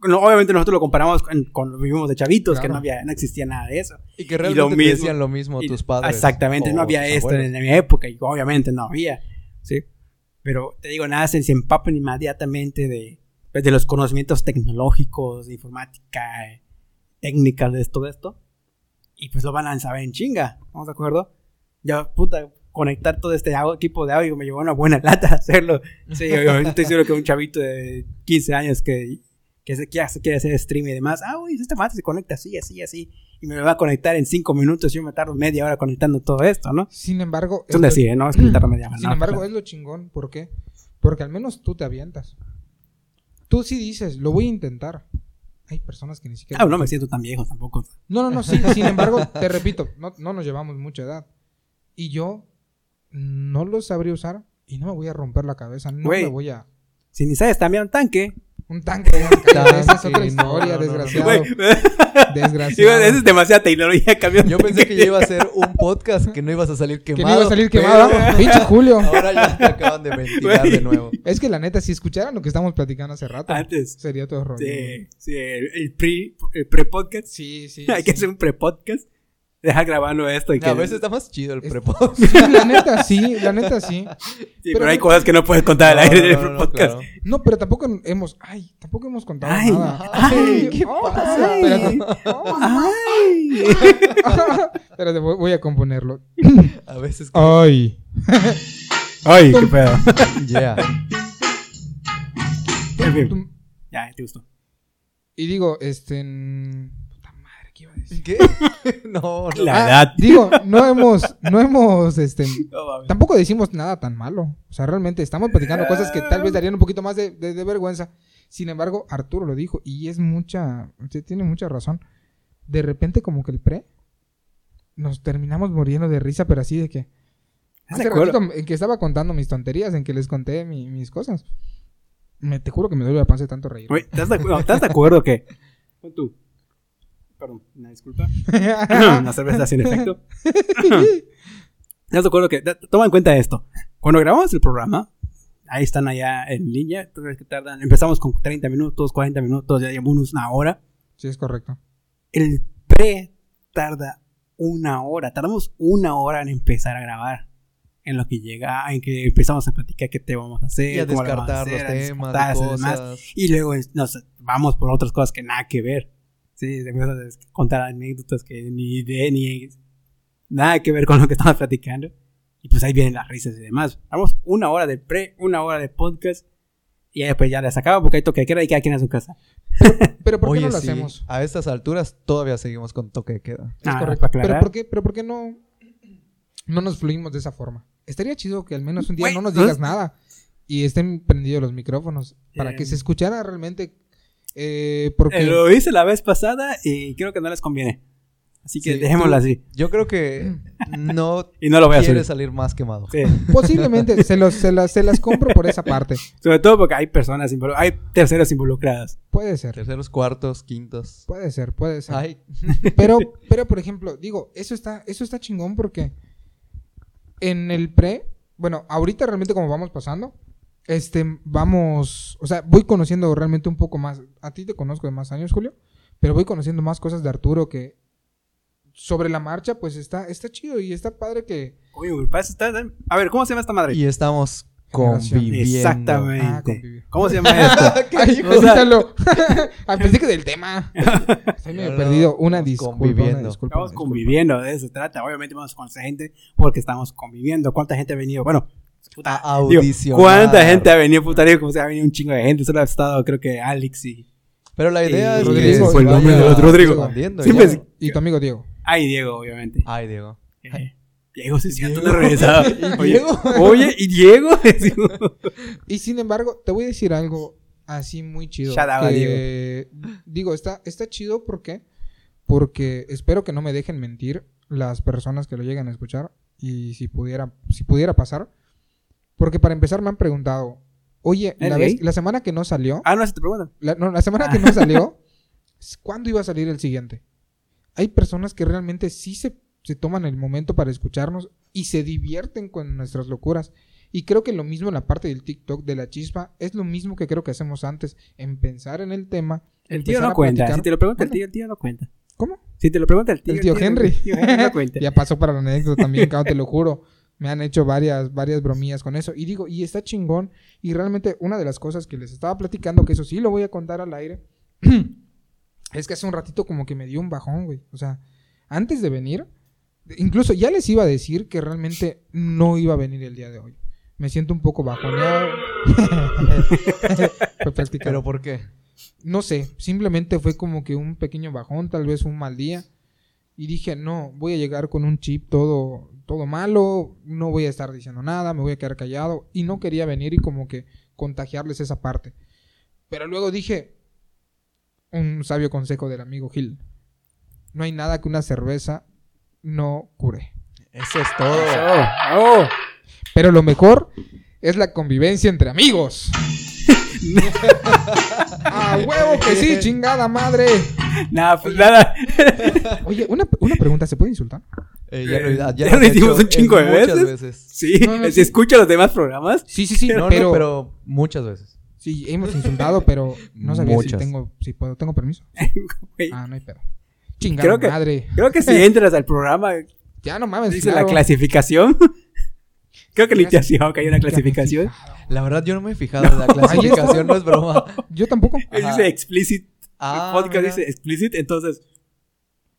S1: No, obviamente nosotros lo comparamos con cuando vivimos de chavitos, que
S3: Claro.
S1: no había, no existía nada de eso.
S2: Y que
S1: lo
S2: realmente te
S1: mismo.
S2: decían lo mismo
S1: Y-
S2: tus padres.
S1: Exactamente,
S2: o
S1: no había
S2: tus
S1: esto
S2: abuelos.
S1: en, mi época y obviamente no había, ¿sí? Pero te digo, nacen, se empapan inmediatamente de, pues, de los conocimientos tecnológicos, de informática, eh, técnicas, de todo esto, y pues lo van a saber en chinga, ¿estamos de acuerdo? Ya, puta, conectar todo este au- equipo de audio me llevó una buena lata hacerlo. Sí, obviamente estoy seguro que un chavito de 15 años que, que, se, que hace- quiere hacer stream y demás, ah, uy, esta madre se conecta así, así, así, y me va a conectar en 5 minutos, yo me tardo media hora conectando todo esto, ¿no?
S3: Sin embargo,
S1: Es
S3: esto-
S1: decir, ¿no? Es que me tardo media hora.
S3: Mm. sin
S1: ¿no?
S3: embargo,
S1: Pero-
S3: es lo chingón. ¿Por qué? Porque al menos tú te avientas. Tú sí dices, lo voy a intentar. Hay personas que ni siquiera.
S1: Ah, no me siento tan viejo tampoco.
S3: No, no, no, sí. Sin embargo, te repito, no, no nos llevamos mucha edad. Y yo no lo sabría usar y no me voy a romper la cabeza. No
S1: Güey.
S3: me voy a.
S1: Si ni sabes también un tanque.
S3: Un tanque. güey, Esa es otra
S2: Tanque,
S3: historia,
S2: no, no, no, no.
S3: desgraciado.
S1: Güey, digo,
S3: Desgraciado.
S1: esa es demasiada tecnología cambió.
S2: Yo pensé que ya iba a ser un podcast que no ibas a salir
S3: Que
S2: quemado.
S3: no iba a salir
S2: pero
S3: quemado. Pinche Julio.
S2: Ahora ya te acaban de ventilar de nuevo.
S3: Es que la neta, si escucharan lo que estamos platicando hace rato,
S1: Antes.
S3: sería todo
S1: Ah,
S3: rollo.
S1: Sí, sí, el, el pre- el pre-podcast.
S3: Sí, sí.
S1: Hay que
S3: sí. pues,
S1: hacer un pre-podcast. Deja grabarlo esto. Y
S2: No,
S1: que,
S2: a veces está más chido el
S3: Es-
S2: prepod.
S3: Sí, la neta sí, la neta sí.
S1: Sí, pero, hay cosas que no puedes contar al
S2: No,
S1: aire
S2: no,
S1: del
S2: no, no,
S1: podcast.
S2: claro.
S3: No, pero tampoco hemos, ay, tampoco hemos contado
S1: Ay,
S3: nada.
S1: ay, ¿qué
S3: oh,
S1: pasa?
S3: Espérate,
S1: Ay.
S3: espérate, voy voy a componerlo.
S2: A veces.
S3: Ay.
S1: Ay, qué pedo.
S2: Yeah.
S1: En fin, ya, te gustó.
S3: Y digo, este, mm, puta madre, ¿qué qué iba a decir.
S2: ¿Qué? no, no.
S1: La
S3: Ah,
S1: edad.
S3: Digo, no hemos, no hemos, este,
S1: No, mames.
S3: tampoco decimos nada tan malo. O sea, realmente estamos platicando cosas que
S1: Eh.
S3: tal vez darían un poquito más de, de- de vergüenza. Sin embargo, Arturo lo dijo y es mucha, usted tiene mucha razón. De repente como que el pre nos terminamos muriendo de risa, pero así de que...
S1: ¿Estás de
S3: Hace
S1: acuerdo?
S3: ratito en que estaba contando mis tonterías, en que les conté mi- mis cosas. Me te juro que me duele la panza de tanto reír.
S1: Güey, ¿Estás de acuerdo? ¿Estás de acuerdo que? Pon tú. Perdón, una disculpa. una cerveza sin efecto. ¿Estás de acuerdo que? Toma en cuenta esto. Cuando grabamos el programa, ahí están allá en línea. Tú ves que tardan. Empezamos con 30 minutos, 40 minutos, ya llevamos una hora.
S3: sí, es correcto.
S1: El pre tarda una hora. Tardamos una hora en empezar a grabar. En lo que llega, en que empezamos a platicar qué te vamos a hacer,
S2: Y a
S1: cómo lo vamos a
S2: descartar los
S1: hacer, a
S2: temas,
S1: descartar
S2: de
S1: y demás.
S2: cosas.
S1: Y luego es- nos vamos por otras cosas que nada que ver. Sí, te empiezas a des- contar anécdotas que ni de ni nada que ver con lo que estamos platicando. Y pues ahí vienen las risas y demás. Vamos una hora de pre, una hora de podcast. Y ahí pues ya les acaba porque hay toque de queda y cada quien a su casa.
S3: Pero ¿por qué
S2: Oye,
S3: no lo
S2: sí,
S3: hacemos?
S2: a estas alturas todavía seguimos con toque de queda.
S3: Es
S1: Ah,
S3: correcto.
S1: para
S3: Pero
S1: aclarar.
S3: ¿por qué, pero ¿por qué no, no nos fluimos de esa forma? Estaría chido que al menos un día
S1: Güey,
S3: no nos
S1: ¿no?
S3: digas nada y estén prendidos los micrófonos para que
S1: Eh.
S3: se escuchara realmente. eh, porque
S1: Eh, lo hice la vez pasada y creo que no les conviene. Así que
S3: Sí,
S1: dejémoslo
S3: tú-
S1: así.
S2: Yo creo que no
S1: Y no lo voy a
S2: quiere
S1: hacer.
S2: salir más quemado.
S3: posiblemente se, los, se, las, se las compro por esa parte.
S1: Sobre todo porque hay personas involucradas. Hay terceros involucrados.
S3: Puede ser,
S2: Terceros, cuartos, quintos.
S3: puede ser, puede ser.
S2: Ay,
S3: Pero, pero por ejemplo, digo, eso está, eso está chingón porque en el pre, bueno, ahorita realmente como vamos pasando, este, vamos, o sea, voy conociendo realmente un poco más. A ti te conozco de más años, Julio, pero voy conociendo más cosas de Arturo que sobre la marcha, pues está, está chido y está padre que
S1: Oye, güey, pasa- está- está- eh. A ver, ¿cómo se llama esta madre?
S2: y estamos
S3: Generación.
S2: conviviendo.
S1: Exactamente.
S3: Ah, convivió.
S1: ¿Cómo se llama esto?
S3: Ay,
S1: O sea-
S3: quítalo. Ay, pensé que del tema. Estoy medio
S2: No, no,
S3: perdido. Una
S2: estamos
S3: disculpa.
S2: conviviendo.
S3: Una disculpa,
S1: Estamos
S3: una disculpa.
S1: conviviendo, de eso se trata. Obviamente vamos a conocer gente porque estamos conviviendo. ¿Cuánta gente ha venido? Bueno, puta,
S2: A
S1: digo,
S2: audicionar.
S1: ¿cuánta gente ha venido? Puta, digo, como se ha venido un chingo de gente. Solo ha estado, creo que Alex y.
S2: Pero la idea
S1: Eh,
S2: es
S3: Rodrigo,
S2: que
S3: fue el
S2: se
S3: nombre
S2: vaya
S3: del otro Rodrigo.
S2: expandiendo
S1: Siempre
S2: ya.
S1: es-
S3: pues, Y tu amigo Diego.
S1: Ay, Diego, obviamente.
S2: Ay, Diego.
S1: Eh, Diego, sí, cierto, no regresaba. Oye,
S2: Diego?
S1: oye, ¿y Diego? Digo,
S3: Y sin embargo, te voy a decir algo así muy chido.
S1: Shout out a
S3: que- Digo, está, está chido porque, porque espero que no me dejen mentir las personas que lo llegan a escuchar. Y si pudiera, si pudiera pasar. Porque para empezar me han preguntado, oye,
S1: ¿Eres
S3: la,
S1: gay?
S3: vez- la semana que no salió,
S1: ah, no, se te pregunta.
S3: la, no, la semana que no salió, ¿cuándo iba a salir el siguiente? Hay personas que realmente sí se, se toman el momento para escucharnos y se divierten con nuestras locuras. Y creo que lo mismo en la parte del TikTok, de la chispa, es lo mismo que creo que hacemos antes, en pensar en el tema.
S1: El
S3: empezar
S1: tío no
S3: a
S1: cuenta.
S3: platicar.
S1: Si te lo pregunta el
S3: Bueno,
S1: tío, el tío no cuenta.
S3: ¿Cómo?
S1: Si te lo pregunta el tío.
S3: El tío
S1: no-
S3: Henry.
S1: el tío Henry no cuenta.
S3: Ya pasó para la anécdota también, cabrón, te lo juro. Me han hecho varias, varias bromillas con eso. Y digo, y está chingón. Y realmente una de las cosas que les estaba platicando, que eso sí lo voy a contar al aire, es que hace un ratito como que me dio un bajón, güey. O sea, antes de venir, incluso ya les iba a decir que realmente no iba a venir el día de hoy. Me siento un poco bajoneado. Fue práctica.
S2: Pero ¿por qué?
S3: No sé, simplemente fue como que un pequeño bajón, tal vez un mal día. Y dije, no, voy a llegar con un chip todo, todo malo, no voy a estar diciendo nada, me voy a quedar callado. Y no quería venir y como que contagiarles esa parte. Pero luego dije, un sabio consejo del amigo Gil. No hay nada que una cerveza no cure.
S2: Eso es todo.
S1: Oh, oh.
S3: Pero lo mejor es la convivencia entre amigos. ¡A huevo que sí, chingada madre!
S1: Nada, pues nada.
S3: Oye, una, una pregunta, ¿se puede insultar?
S2: Eh, ya lo, ya
S1: Ya
S2: lo
S1: lo
S2: has
S1: hicimos
S2: hecho
S1: un chingo
S2: en
S1: de
S2: muchas
S1: veces. Sí,
S3: No, no,
S1: si
S3: sí.
S1: escucha los demás programas.
S3: Sí, sí, sí,
S2: No,
S3: pero,
S2: no, pero muchas veces.
S3: sí hemos insultado, pero no sabía si
S2: Muchas.
S3: tengo, si puedo, tengo permiso.
S1: güey.
S3: Ah, no hay pedo. Chingada
S1: Creo que-
S3: madre.
S1: Creo que si entras al programa,
S3: Ya no mames.
S1: dice
S3: claro.
S1: la clasificación. Creo que
S3: Clasi-
S1: limitación, que hay una
S3: Ya me he
S1: clasificación.
S3: fijado.
S2: La verdad, yo no me he fijado. La clasificación no es broma.
S3: Yo tampoco.
S2: Ajá.
S1: Dice explicit.
S2: Ah,
S1: el podcast
S2: mira.
S1: dice explicit, entonces,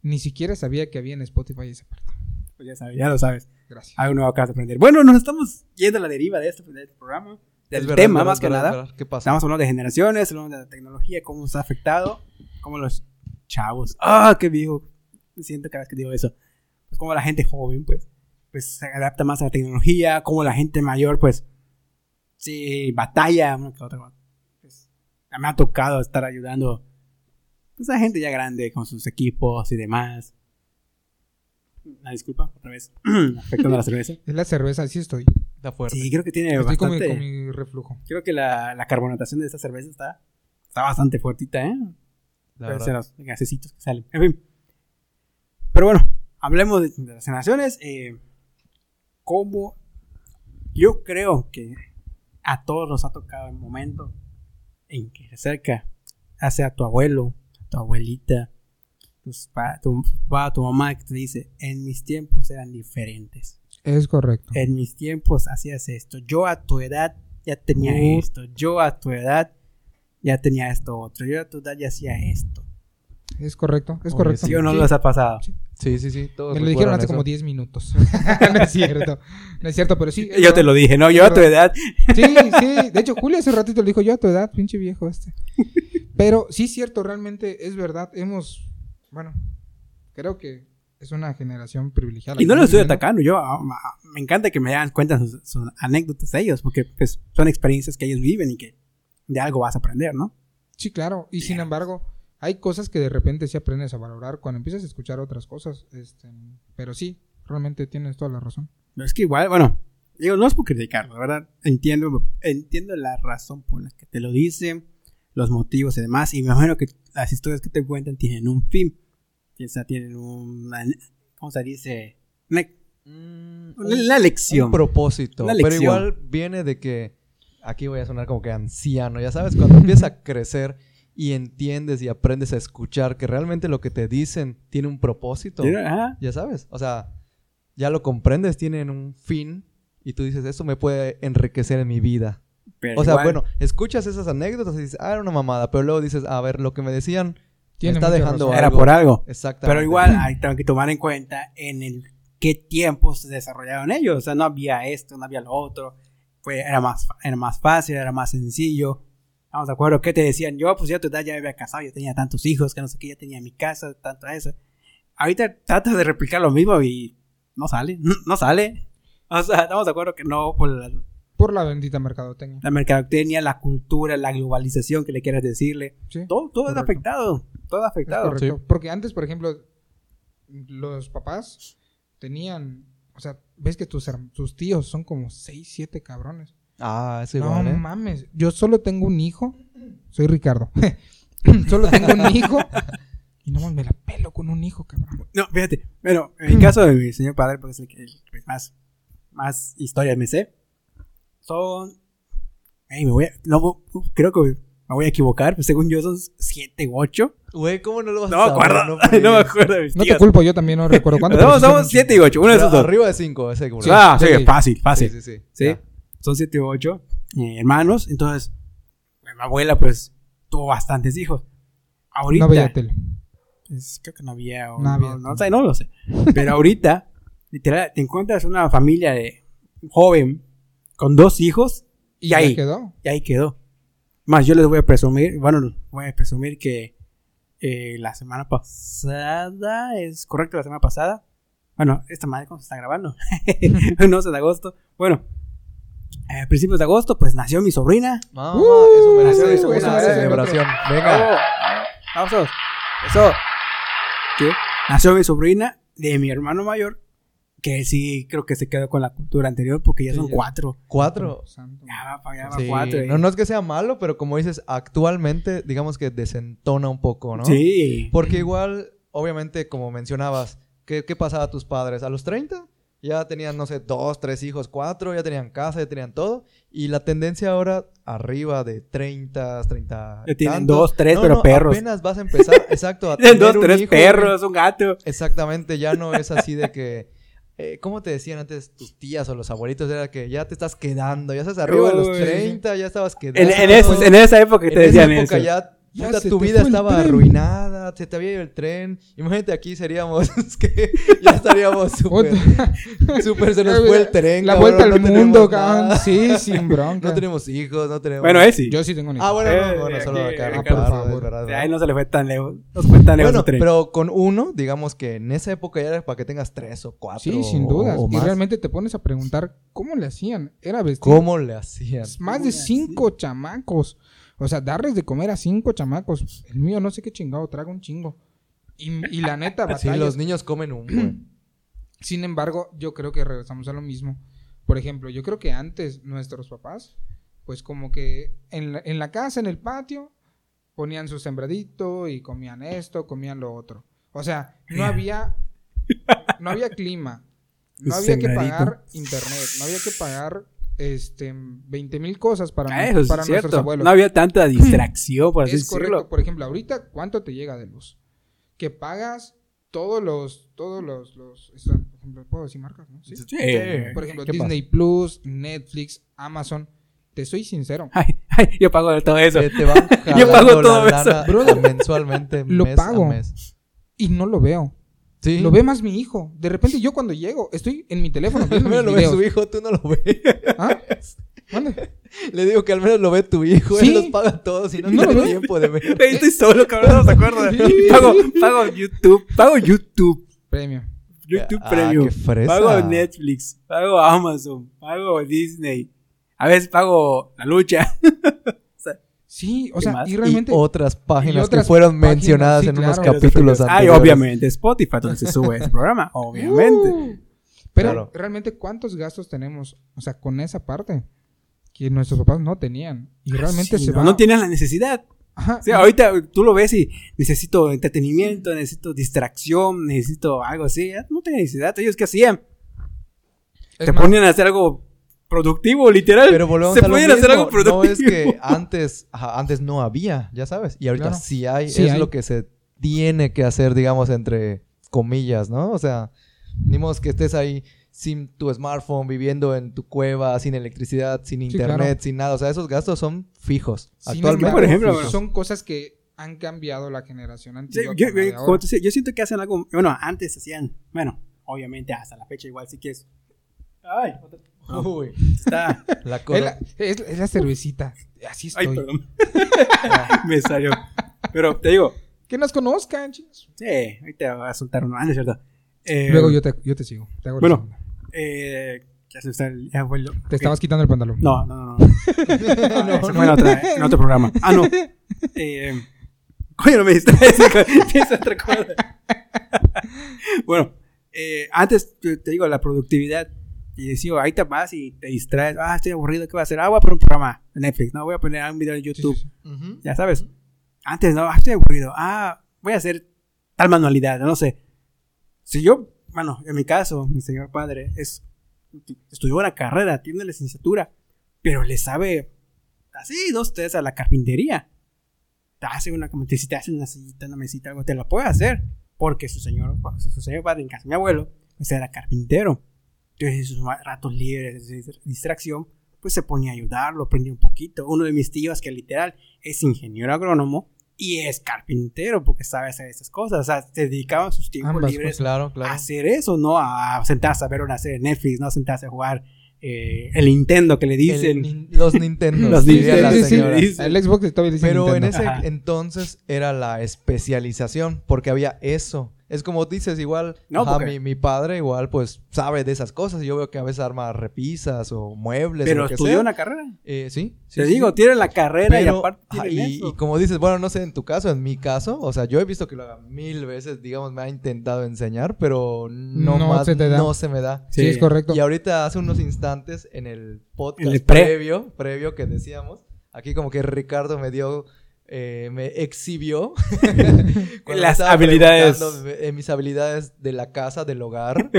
S3: Ni siquiera sabía que había en Spotify esa parte.
S1: pues ya sabes, ya lo sabes.
S3: Gracias.
S1: Algo nuevo acabas de aprender. Bueno, nos estamos yendo a la deriva de este, de este programa. Del
S2: Es verdad,
S1: tema,
S2: verdad,
S1: más que
S2: verdad,
S1: nada.
S2: verdad. ¿Qué pasa?
S1: Estamos hablando de generaciones, hablando de la tecnología, cómo nos ha afectado, cómo los chavos. ¡Ah, qué viejo! siento cada vez que digo eso. Pues como la gente joven, pues, pues se adapta más a la tecnología, como la gente mayor, pues, sí, batalla, una que otra. Pues, ya me ha tocado estar ayudando pues, a gente ya grande con sus equipos y demás. Una disculpa, otra vez, afectando a la cerveza.
S3: Es la cerveza, así estoy.
S2: Está fuerte.
S1: Sí, creo que tiene
S3: Estoy con mi,
S1: bastante...
S3: con mi reflujo.
S1: Creo que la, la carbonatación de esta cerveza está, está bastante fuertita, ¿eh?
S2: la
S1: Pueden
S2: verdad.
S1: ser los gasecitos que salen. En fin. Pero bueno, hablemos de, de las naciones. Eh, ¿Cómo? Yo creo que a todos nos ha tocado el momento en que se acerca, ya sea tu abuelo, tu abuelita, tus pa- tu papá, tu mamá, que te dice, en mis tiempos eran diferentes
S3: Es correcto.
S1: en mis tiempos hacías esto, yo a tu edad ya tenía
S3: Uh.
S1: esto, yo a tu edad ya tenía esto otro, yo a tu edad ya hacía esto.
S3: Es correcto, es
S2: Oye,
S3: correcto.
S1: ¿Sí o no
S3: Sí.
S1: los ha pasado?
S2: Sí, sí, sí. Todos
S3: Me lo dijeron
S2: recuerdan
S3: hace
S2: eso.
S3: como 10 minutos. no es cierto. No es cierto, pero sí. es
S1: Yo te
S3: verdad.
S1: lo dije, ¿no? Yo a tu edad.
S3: Sí, sí. De hecho, Julio hace un ratito le dijo yo a tu edad, pinche viejo este. Pero sí es cierto, realmente es verdad. Hemos, bueno, creo que es una generación privilegiada.
S1: Y no
S3: lo
S1: los estoy atacando, yo ah, ah, me encanta que me hagan cuentas sus, sus anécdotas de ellos, porque pues, son experiencias que ellos viven y que de algo vas a aprender, ¿no?
S3: Sí, claro. Y sin embargo, hay cosas que de repente sí aprendes a valorar cuando empiezas a escuchar otras cosas. Este, pero sí, realmente tienes toda la razón.
S1: Pero es que igual, bueno, digo, no es por criticarlo, la verdad. Entiendo, entiendo la razón por la que te lo dicen, los motivos y demás. Y me imagino que las historias que te cuentan tienen un fin. O sea, tienen un. ¿Cómo se dice? Una,
S2: Mm,
S1: una-
S2: un-
S1: una lección.
S2: Un propósito.
S1: Una
S2: Pero
S1: lección.
S2: igual viene de que. Aquí voy a sonar como que anciano. Ya sabes, cuando empiezas a crecer y entiendes y aprendes a escuchar que realmente lo que te dicen tiene un propósito.
S1: Tiene- ajá.
S2: Ya sabes. O sea, ya lo comprendes, tienen un fin. Y tú dices, esto me puede enriquecer en mi vida.
S1: Pero
S2: O sea,
S1: igual,
S2: bueno, escuchas esas anécdotas y dices, ah, era una mamada. Pero luego dices, a ver, lo que me decían
S3: Tiene
S2: está
S3: mucha
S2: dejando
S3: razón.
S1: Era
S2: algo.
S1: por algo.
S2: Exactamente.
S1: Pero igual hay tengo que tomar en cuenta en el qué tiempo se desarrollaron ellos. O sea, no había esto, no había lo otro. Fue, era, más, fa- era más fácil, era más sencillo. Vamos de acuerdo, ¿qué te decían? Yo, pues ya a tu edad ya me había casado, yo tenía tantos hijos, que no sé qué, ya tenía mi casa, tanto eso. Ahorita tratas de replicar lo mismo y no sale, no sale. O sea, estamos de acuerdo que no por la,
S3: Por la bendita mercadotecnia.
S1: la mercadotecnia, la cultura, la globalización que le quieras decirle.
S3: Sí.
S1: Todo, todo es
S3: Correcto.
S1: afectado, todo es
S3: Es
S1: afectado.
S3: correcto. Porque antes, por ejemplo, los papás tenían. O sea, ves que tus, herm- tus tíos son como 6, 7 cabrones.
S2: Ah, es
S3: no
S2: igual, ¿eh?
S3: mames. Yo solo tengo un hijo. Soy Ricardo. solo tengo un hijo. Y no mames, me la pelo con un hijo, cabrón.
S1: No, fíjate. Bueno, en el caso de mi señor padre, porque es el que el que más, más historias me sé, son. Ey, me voy a- no, uh, creo que me voy a equivocar. Pues según yo son siete u ocho.
S2: Güey, ¿cómo no lo vas
S1: No
S2: a
S1: me
S2: saber?
S1: acuerdo. No,
S2: puedes.
S1: me acuerdo de mis
S3: No te
S1: tíos.
S3: culpo, yo también no recuerdo cuánto.
S1: Pero
S3: pero sí son
S1: somos
S3: muchos.
S1: siete u ocho. Uno de
S2: Pero
S1: esos dos.
S2: Arriba de 5, ese seguro.
S3: Sí,
S1: ah, sí,
S3: sí.
S1: fácil, fácil.
S2: Sí, sí, sí.
S1: Sí.
S2: Ya.
S1: Son siete u ocho eh, hermanos. Entonces, mi abuela, pues, tuvo bastantes hijos. Ahorita.
S3: No veía tele.
S1: Pues, creo que no había. O
S3: No
S1: no,
S3: había.
S1: no sé, no lo sé. Pero ahorita, literal, te encuentras una familia de joven con dos hijos y
S3: Ya
S1: ahí,
S3: quedó.
S1: y ahí quedó. Más, yo les voy a presumir, bueno, voy a presumir que eh, la semana pasada, es correcto, la semana pasada. Bueno, esta madre cuando se está grabando, no sé, de agosto. Bueno, a principios de agosto, pues nació mi sobrina.
S2: Mamá,
S3: Uh,
S2: eso merece
S1: eso Oh.
S2: una
S1: merece otro.
S2: celebración. Venga.
S1: Aplausos. Eso. ¿Qué? Nació mi sobrina de mi hermano mayor, que él sí creo que se quedó con la cultura anterior porque ya
S3: Sí,
S1: son
S3: ya.
S1: cuatro.
S2: Cuatro.
S3: Oh, Santo.
S1: Ya va para allá, va
S2: Sí.
S1: cuatro. eh.
S2: No, no es que sea malo, pero como dices, actualmente, digamos que desentona un poco, ¿no?
S1: Sí.
S2: Porque igual, obviamente, como mencionabas, ¿qué, qué pasaba a tus padres? ¿A los 30? Ya tenían, no sé, dos, tres hijos, cuatro, ya tenían casa, ya tenían todo. Y la tendencia ahora, arriba de 30, 30. y
S1: Ya tienen
S2: tantos.
S1: dos, tres, pero perros.
S2: Apenas vas a empezar, exacto, a
S1: Tienen dos,
S2: tener un
S1: tres
S2: hijo,
S1: perros, un gato.
S2: Exactamente, ya no es así de que. eh, ¿Cómo te decían antes tus tías o los abuelitos? Era que ya te estás quedando, ya estás arriba de los
S1: Uy.
S2: 30, ya estabas quedando.
S1: En, en, esos- en esa época que
S2: En
S1: te decían
S2: esa época
S1: eso.
S2: ya
S3: Ya
S2: Puta,
S3: se
S2: tu
S3: te
S2: vida
S3: fue el
S2: estaba
S3: tren.
S2: arruinada, se te había ido el tren. Imagínate, aquí seríamos, es que ya estaríamos súper,
S3: Otra-
S2: súper se nos fue el tren.
S3: La
S2: cabrón,
S3: vuelta al
S2: no tenemos
S3: mundo,
S2: nada,
S3: cabrón. Sí, sin bronca.
S2: No tenemos hijos, no tenemos...
S1: Bueno, él sí.
S3: Yo sí tengo un hijo.
S2: Ah, bueno, no,
S1: Eh,
S2: bueno, solo
S1: aquí,
S2: acá,
S1: eh,
S2: no,
S1: por
S2: claro,
S3: favor.
S2: es verdad,
S1: O
S2: es
S1: sea,
S2: verdad.
S1: ahí no se le fue tan lejos. No se fue tan lejos
S2: Bueno,
S1: el tren.
S2: pero con uno, digamos que en esa época ya era para que tengas tres o cuatro.
S3: sí, sin
S2: o-
S3: dudas.
S2: Ah, o
S3: Y
S2: más.
S3: realmente te pones a preguntar cómo le hacían. Era vestir
S2: ¿Cómo le hacían?
S3: más
S1: ¿Cómo
S3: de
S1: le
S3: cinco chamacos. O sea, darles de comer a cinco chamacos. El mío no sé qué chingado, traga un chingo. Y, y la neta,
S2: Sí,
S3: batallas.
S2: los niños comen un buen.
S3: Sin embargo, yo creo que regresamos a lo mismo. Por ejemplo, yo creo que antes nuestros papás, pues como que en la, en la casa, en el patio, ponían su sembradito y comían esto, comían lo otro. O sea, no había, no había clima, no había que
S1: Sembradito.
S3: pagar internet, no había que pagar este 20 mil cosas para,
S1: Ah,
S3: nu-
S1: eso sí
S3: para
S1: es
S3: nuestros
S1: cierto.
S3: abuelos.
S1: No había tanta distracción, por así
S3: Es correcto.
S1: decirlo.
S3: Por ejemplo, ahorita, ¿cuánto te llega de luz? Que pagas todos los, todos los, los esa- por ejemplo, ¿puedo decir marcas? no? ¿Sí?
S1: Sí.
S3: Por ejemplo,
S2: ¿Qué
S3: Disney Plus, Netflix, Amazon. Te soy sincero.
S1: Ay, ay, yo pago todo eso.
S2: Se te van
S1: Yo pago todo
S2: jalando la
S1: eso.
S2: lana mensualmente,
S3: Lo
S2: mes
S3: pago.
S2: a mes.
S3: Y no lo veo.
S2: Sí.
S3: Lo ve más mi hijo. De repente yo cuando llego, estoy en mi teléfono viendo
S2: Al menos
S3: mis
S2: lo ve su
S3: videos.
S2: hijo, tú no lo ves.
S3: ¿Ah? ¿Mande?
S2: Le digo que al menos lo ve tu hijo,
S3: Sí.
S2: él los paga todos y no,
S3: No lo
S2: tiene
S3: ve.
S2: tiempo de ver.
S1: Ey, Estoy solo, cabrón, no se acuerda.
S3: Sí.
S1: Pago, pago YouTube, pago YouTube,
S3: Premio.
S1: YouTube
S2: Ah,
S1: Premium,
S2: qué fresa.
S1: pago Netflix, pago Amazon, pago Disney, a veces pago la lucha.
S3: Sí, o
S1: ¿Qué
S3: sea,
S1: más?
S3: y realmente...
S2: Y otras páginas
S3: y otras
S2: que fueron
S3: páginas,
S2: mencionadas
S3: sí,
S2: en unos
S3: claro.
S2: capítulos
S1: Ay,
S2: anteriores.
S1: obviamente Spotify, donde se sube este programa, obviamente.
S3: Uh, Pero
S2: Claro.
S3: realmente, ¿cuántos gastos tenemos? O sea, con esa parte que nuestros papás no tenían. Y realmente
S1: Sí,
S3: se
S1: no,
S3: va...
S1: no tienes la necesidad.
S3: Ajá,
S1: O sea, ahorita tú lo ves y necesito entretenimiento, necesito distracción, necesito algo así. Ya No tenía necesidad. Ellos qué hacían?
S3: es
S1: Se
S3: más,
S1: ponían a hacer algo productivo, literal.
S2: Pero volvemos
S1: Se
S2: a lo
S1: ponían
S2: mismo.
S1: a hacer algo productivo.
S2: No es que antes, ajá, antes no había, ya sabes. Y ahorita
S3: Claro.
S2: sí hay.
S3: Sí
S2: es
S3: hay.
S2: lo que se tiene que hacer, digamos, entre comillas, ¿no? O sea, ni modo que estés ahí sin tu smartphone, viviendo en tu cueva, sin electricidad, sin internet,
S3: claro.
S2: sin nada. O sea, esos gastos son fijos.
S3: sin
S2: Actualmente.
S3: embargo,
S1: por ejemplo, bro.
S3: son cosas que han cambiado la generación
S1: Sí,
S3: antigua.
S1: yo,
S3: con la de
S1: yo-
S3: ahora.
S1: como te decía, yo siento que hacen algo. Bueno, antes hacían. Bueno, obviamente hasta la fecha igual sí que es. Ay,
S2: Uy,
S1: está.
S2: la
S3: Es
S2: cosa.
S3: la, es- es la cervecita. Así
S1: Ay,
S3: estoy.
S1: perdón. Me salió. Pero te digo,
S3: que nos conozcan, chicos.
S1: sí, ahorita voy a soltar uno. Ah, no es cierto. Eh,
S3: Luego yo te, yo te sigo. Te hago la
S1: Bueno.
S3: segunda.
S1: eh, ya se está el- ya fue el-
S3: Te estabas quitando el pantalón.
S1: No, no, no. no. Ah, ese fue en, otra- en otro programa. Ah, no. Eh, coño, no me distraes. Piensa otra cosa. bueno, eh, antes te, te digo, la productividad. Y decía, ahí te vas y te distraes. Ah, estoy aburrido, ¿qué voy a hacer? Ah, voy a poner un programa en Netflix. No, voy a poner un video en
S3: Sí,
S1: YouTube.
S3: sí, sí.
S2: Ujú.
S1: Ya sabes. Antes, no, ah, estoy aburrido. Ah, voy a hacer tal manualidad, no sé. Si yo, bueno, en mi caso, mi señor padre es estudió una carrera, tiene licenciatura, pero le sabe así dos tres a la carpintería. Te hace una como te- si te hace una sillita, una mesita, algo, te la puede hacer, porque su señor, su señor padre en casa de mi abuelo, pues era carpintero. Entonces, en sus ma- ratos libres, de dis- distracción, pues se ponía a ayudarlo, aprendía un poquito. Uno de mis tíos, que literal es ingeniero agrónomo y es carpintero, porque sabe hacer esas cosas. O sea, se dedicaban sus tiempos
S3: Ambas,
S1: libres
S2: Claro, claro.
S1: hacer eso, ¿no? A sentarse a ver una serie de Netflix, ¿no? A sentarse a jugar eh, el Nintendo que le
S2: El
S1: dicen.
S2: nin- los Nintendo.
S1: Los
S2: diría
S1: Nintendo,
S2: la
S1: sí, sí.
S2: señora.
S1: Dice-
S3: El Xbox todavía dice
S2: Pero en
S3: Nintendo.
S2: ese
S1: Ajá.
S2: entonces era la especialización, porque había eso. Es como dices, igual
S1: No,
S2: ajá,
S1: porque-
S2: mi, mi padre igual pues sabe de esas cosas. Yo veo que a veces arma repisas o muebles. o
S1: Pero
S2: lo que
S1: estudió
S2: sea.
S1: una carrera.
S2: Eh, sí, sí,
S1: Te
S2: sí,
S1: digo,
S2: sí.
S1: tiene la carrera y
S2: Pero,
S1: aparte
S2: ajá,
S1: tiene
S2: y,
S1: eso.
S2: y como dices, bueno, no sé en tu caso, en mi caso, o sea, yo he visto que lo haga mil veces, digamos, me ha intentado enseñar, pero no,
S3: No
S2: más,
S3: se te da.
S2: no se me da.
S3: Sí, es correcto.
S2: Y ahorita hace unos instantes en el podcast
S1: En el pre-
S2: previo, previo que decíamos, aquí como que Ricardo me dio, eh, me exhibió cuando
S1: Las
S2: estaba
S1: habilidades.
S2: preguntando, eh, mis habilidades de la casa, del hogar,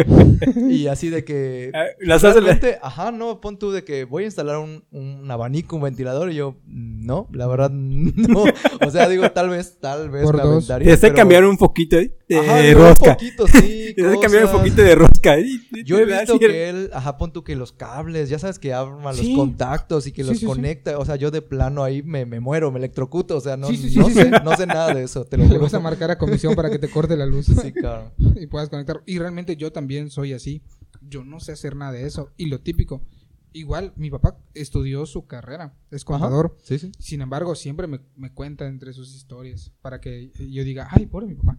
S2: y así de que
S1: Eh, las hace la-
S2: Realmente, ajá, no, pon tú de que voy a instalar un, un abanico, un ventilador, y yo, no, la verdad, no. O sea, digo, tal vez, tal vez
S3: Por
S2: me
S3: dos.
S2: aventaría,
S1: Te hace
S2: pero-
S1: cambiar un poquito. ¿eh? de
S2: Ajá, yo un
S1: rosca.
S2: poquito, sí,
S1: Te has cambiado un
S2: cosas.
S1: poquito de rosca. Y- y-
S2: Yo
S1: te
S2: he
S1: das
S2: visto
S1: y-
S2: que él, ajá, pon tú que los cables, ya sabes que arma
S3: Sí.
S2: los contactos y que
S3: Sí,
S2: los
S3: sí, sí.
S2: conecta. O sea, yo de plano ahí me, me muero, me electrocuto. O sea, no,
S3: Sí, sí, sí,
S2: no
S3: sí,
S2: sé,
S3: sí.
S2: no sé nada de eso, te lo
S3: Le
S2: juro.
S3: vas a marcar a comisión para que te corte la luz
S2: Sí, claro.
S3: y puedas conectar. Y realmente yo también soy así. Yo no sé hacer nada de eso. Y lo típico, igual mi papá estudió su carrera, es contador.
S2: Sí, sí.
S3: Sin embargo, siempre me, me cuenta entre sus historias para que yo diga, ay, pobre mi papá.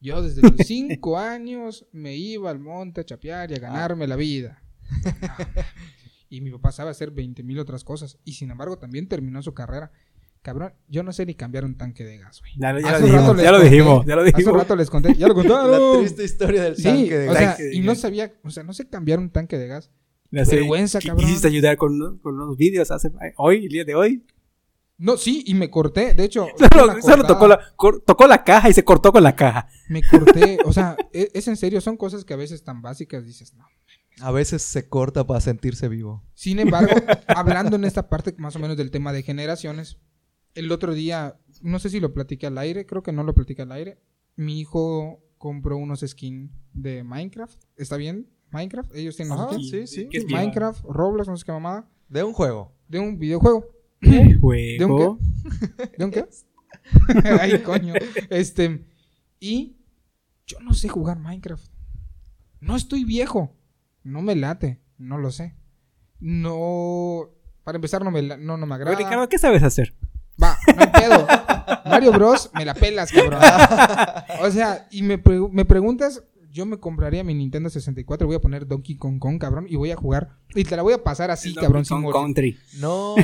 S3: Yo desde los cinco años me iba al monte a chapear y a ganarme la vida. y mi papá sabe hacer 20 mil otras cosas. Y sin embargo, también terminó su carrera. Cabrón, yo no sé ni cambiar un tanque de gas, güey.
S1: Ya lo- ya
S3: Hace
S1: lo
S3: un rato
S1: dijimos,
S3: les
S1: ya lo
S3: conté.
S1: dijimos, ya lo
S3: Hace un
S1: dijimos.
S3: rato les conté, ya lo
S2: La
S3: contaron.
S2: triste historia del
S3: Sí,
S2: tanque de
S3: o
S2: gas.
S3: sea,
S1: tanque de
S3: y no
S1: gas.
S3: sabía, o sea, no sé cambiar un tanque de gas.
S1: Ya sé,
S3: vergüenza,
S1: qui-
S3: cabrón.
S1: Quisiste ayudar con, unos- con unos vídeos hace, hoy, el día de hoy.
S3: No, sí, y me corté, de hecho. tuve
S1: Solo,
S3: una
S1: solo
S3: cortada.
S1: tocó, la, cor- tocó la caja y se cortó con la caja.
S3: Me corté, o sea, e- es, en serio, son cosas que a veces tan básicas dices, no.
S2: A veces se corta para sentirse vivo.
S3: Sin embargo, hablando en esta parte más o menos del tema de generaciones, el otro día, no sé si lo platiqué al aire, creo que no lo platiqué al aire, mi hijo compró unos skins de Minecraft, ¿está bien? Minecraft, ellos tienen
S2: Ajá,
S3: los skins.
S2: Ah, sí, sí.
S1: Ah, ¿Qué es
S3: Minecraft, Roblox, no sé qué mamada,
S2: De un juego.
S3: de un videojuego.
S1: ¿Qué
S3: ¿De un
S1: Juego.
S3: ¿De un qué? Ay, coño. Este. Y yo no sé jugar Minecraft. No estoy viejo. No me late. No lo sé. No. Para empezar, no me, la- no, no me
S1: Oye, Ricardo,
S3: agrada.
S1: ¿qué sabes hacer?
S3: Va, no hay pedo. Mario Bros, me la pelas, cabrón. O sea, y me, pregu- me preguntas, yo me compraría mi Nintendo 64, voy a poner Donkey Kong Kong, cabrón, y voy a jugar. Y te la voy a pasar así,
S1: El Donkey
S3: cabrón, sin
S1: Kong
S3: morir.
S1: Country.
S2: No,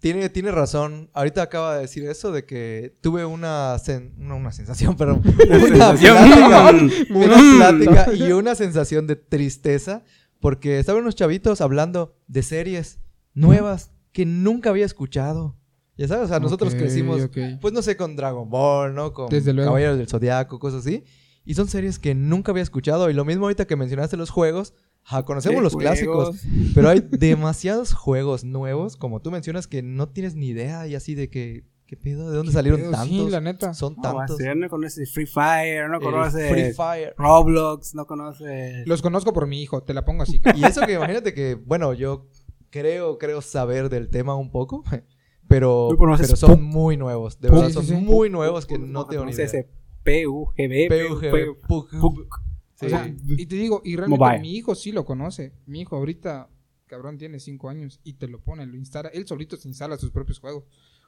S2: tiene, tiene razón. Ahorita acaba de decir eso de que tuve una, sen- no, una sensación, pero una plática, una
S3: Mm.
S2: plática y una sensación de tristeza porque estaban unos chavitos hablando de series nuevas que nunca había escuchado. Ya sabes, o sea, nosotros
S3: Ok,
S2: crecimos,
S3: ok.
S2: pues no sé, con Dragon Ball, ¿no? Con
S3: Desde luego.
S2: Caballeros del Zodiaco, cosas así. Y son series que nunca había escuchado. Y lo mismo ahorita que mencionaste los juegos, ajá, conocemos los clásicos. Pero hay demasiados juegos nuevos, como tú mencionas, que no tienes ni idea y así de que, ¿qué pedo? ¿De dónde salieron
S3: Pero
S2: tantos?
S3: Sí, la neta.
S2: Son
S1: No, va a
S2: tantos.
S1: ser, no conoces Free Fire, no
S2: El Free
S1: conoces
S2: Fire.
S1: Roblox, no conoces...
S3: Los conozco por mi hijo, te la pongo así.
S2: Y eso que imagínate que, bueno, yo creo, creo saber del tema un poco, pero,
S1: Tú conoces
S2: pero son
S1: Pug.
S2: muy nuevos. De
S3: Pug,
S2: verdad,
S3: sí,
S2: son
S3: sí, sí.
S2: muy nuevos que
S1: Pug,
S2: no tengo ni idea.
S1: conoces ese PUGB,
S2: PUG, Pug.
S1: Pug.
S2: Sí.
S3: O sea, y te digo, y realmente
S1: Mobile.
S3: mi hijo sí lo conoce. Mi hijo ahorita, cabrón, tiene 5 años y te lo pone, lo instala. Él solito se instala sus propios juegos.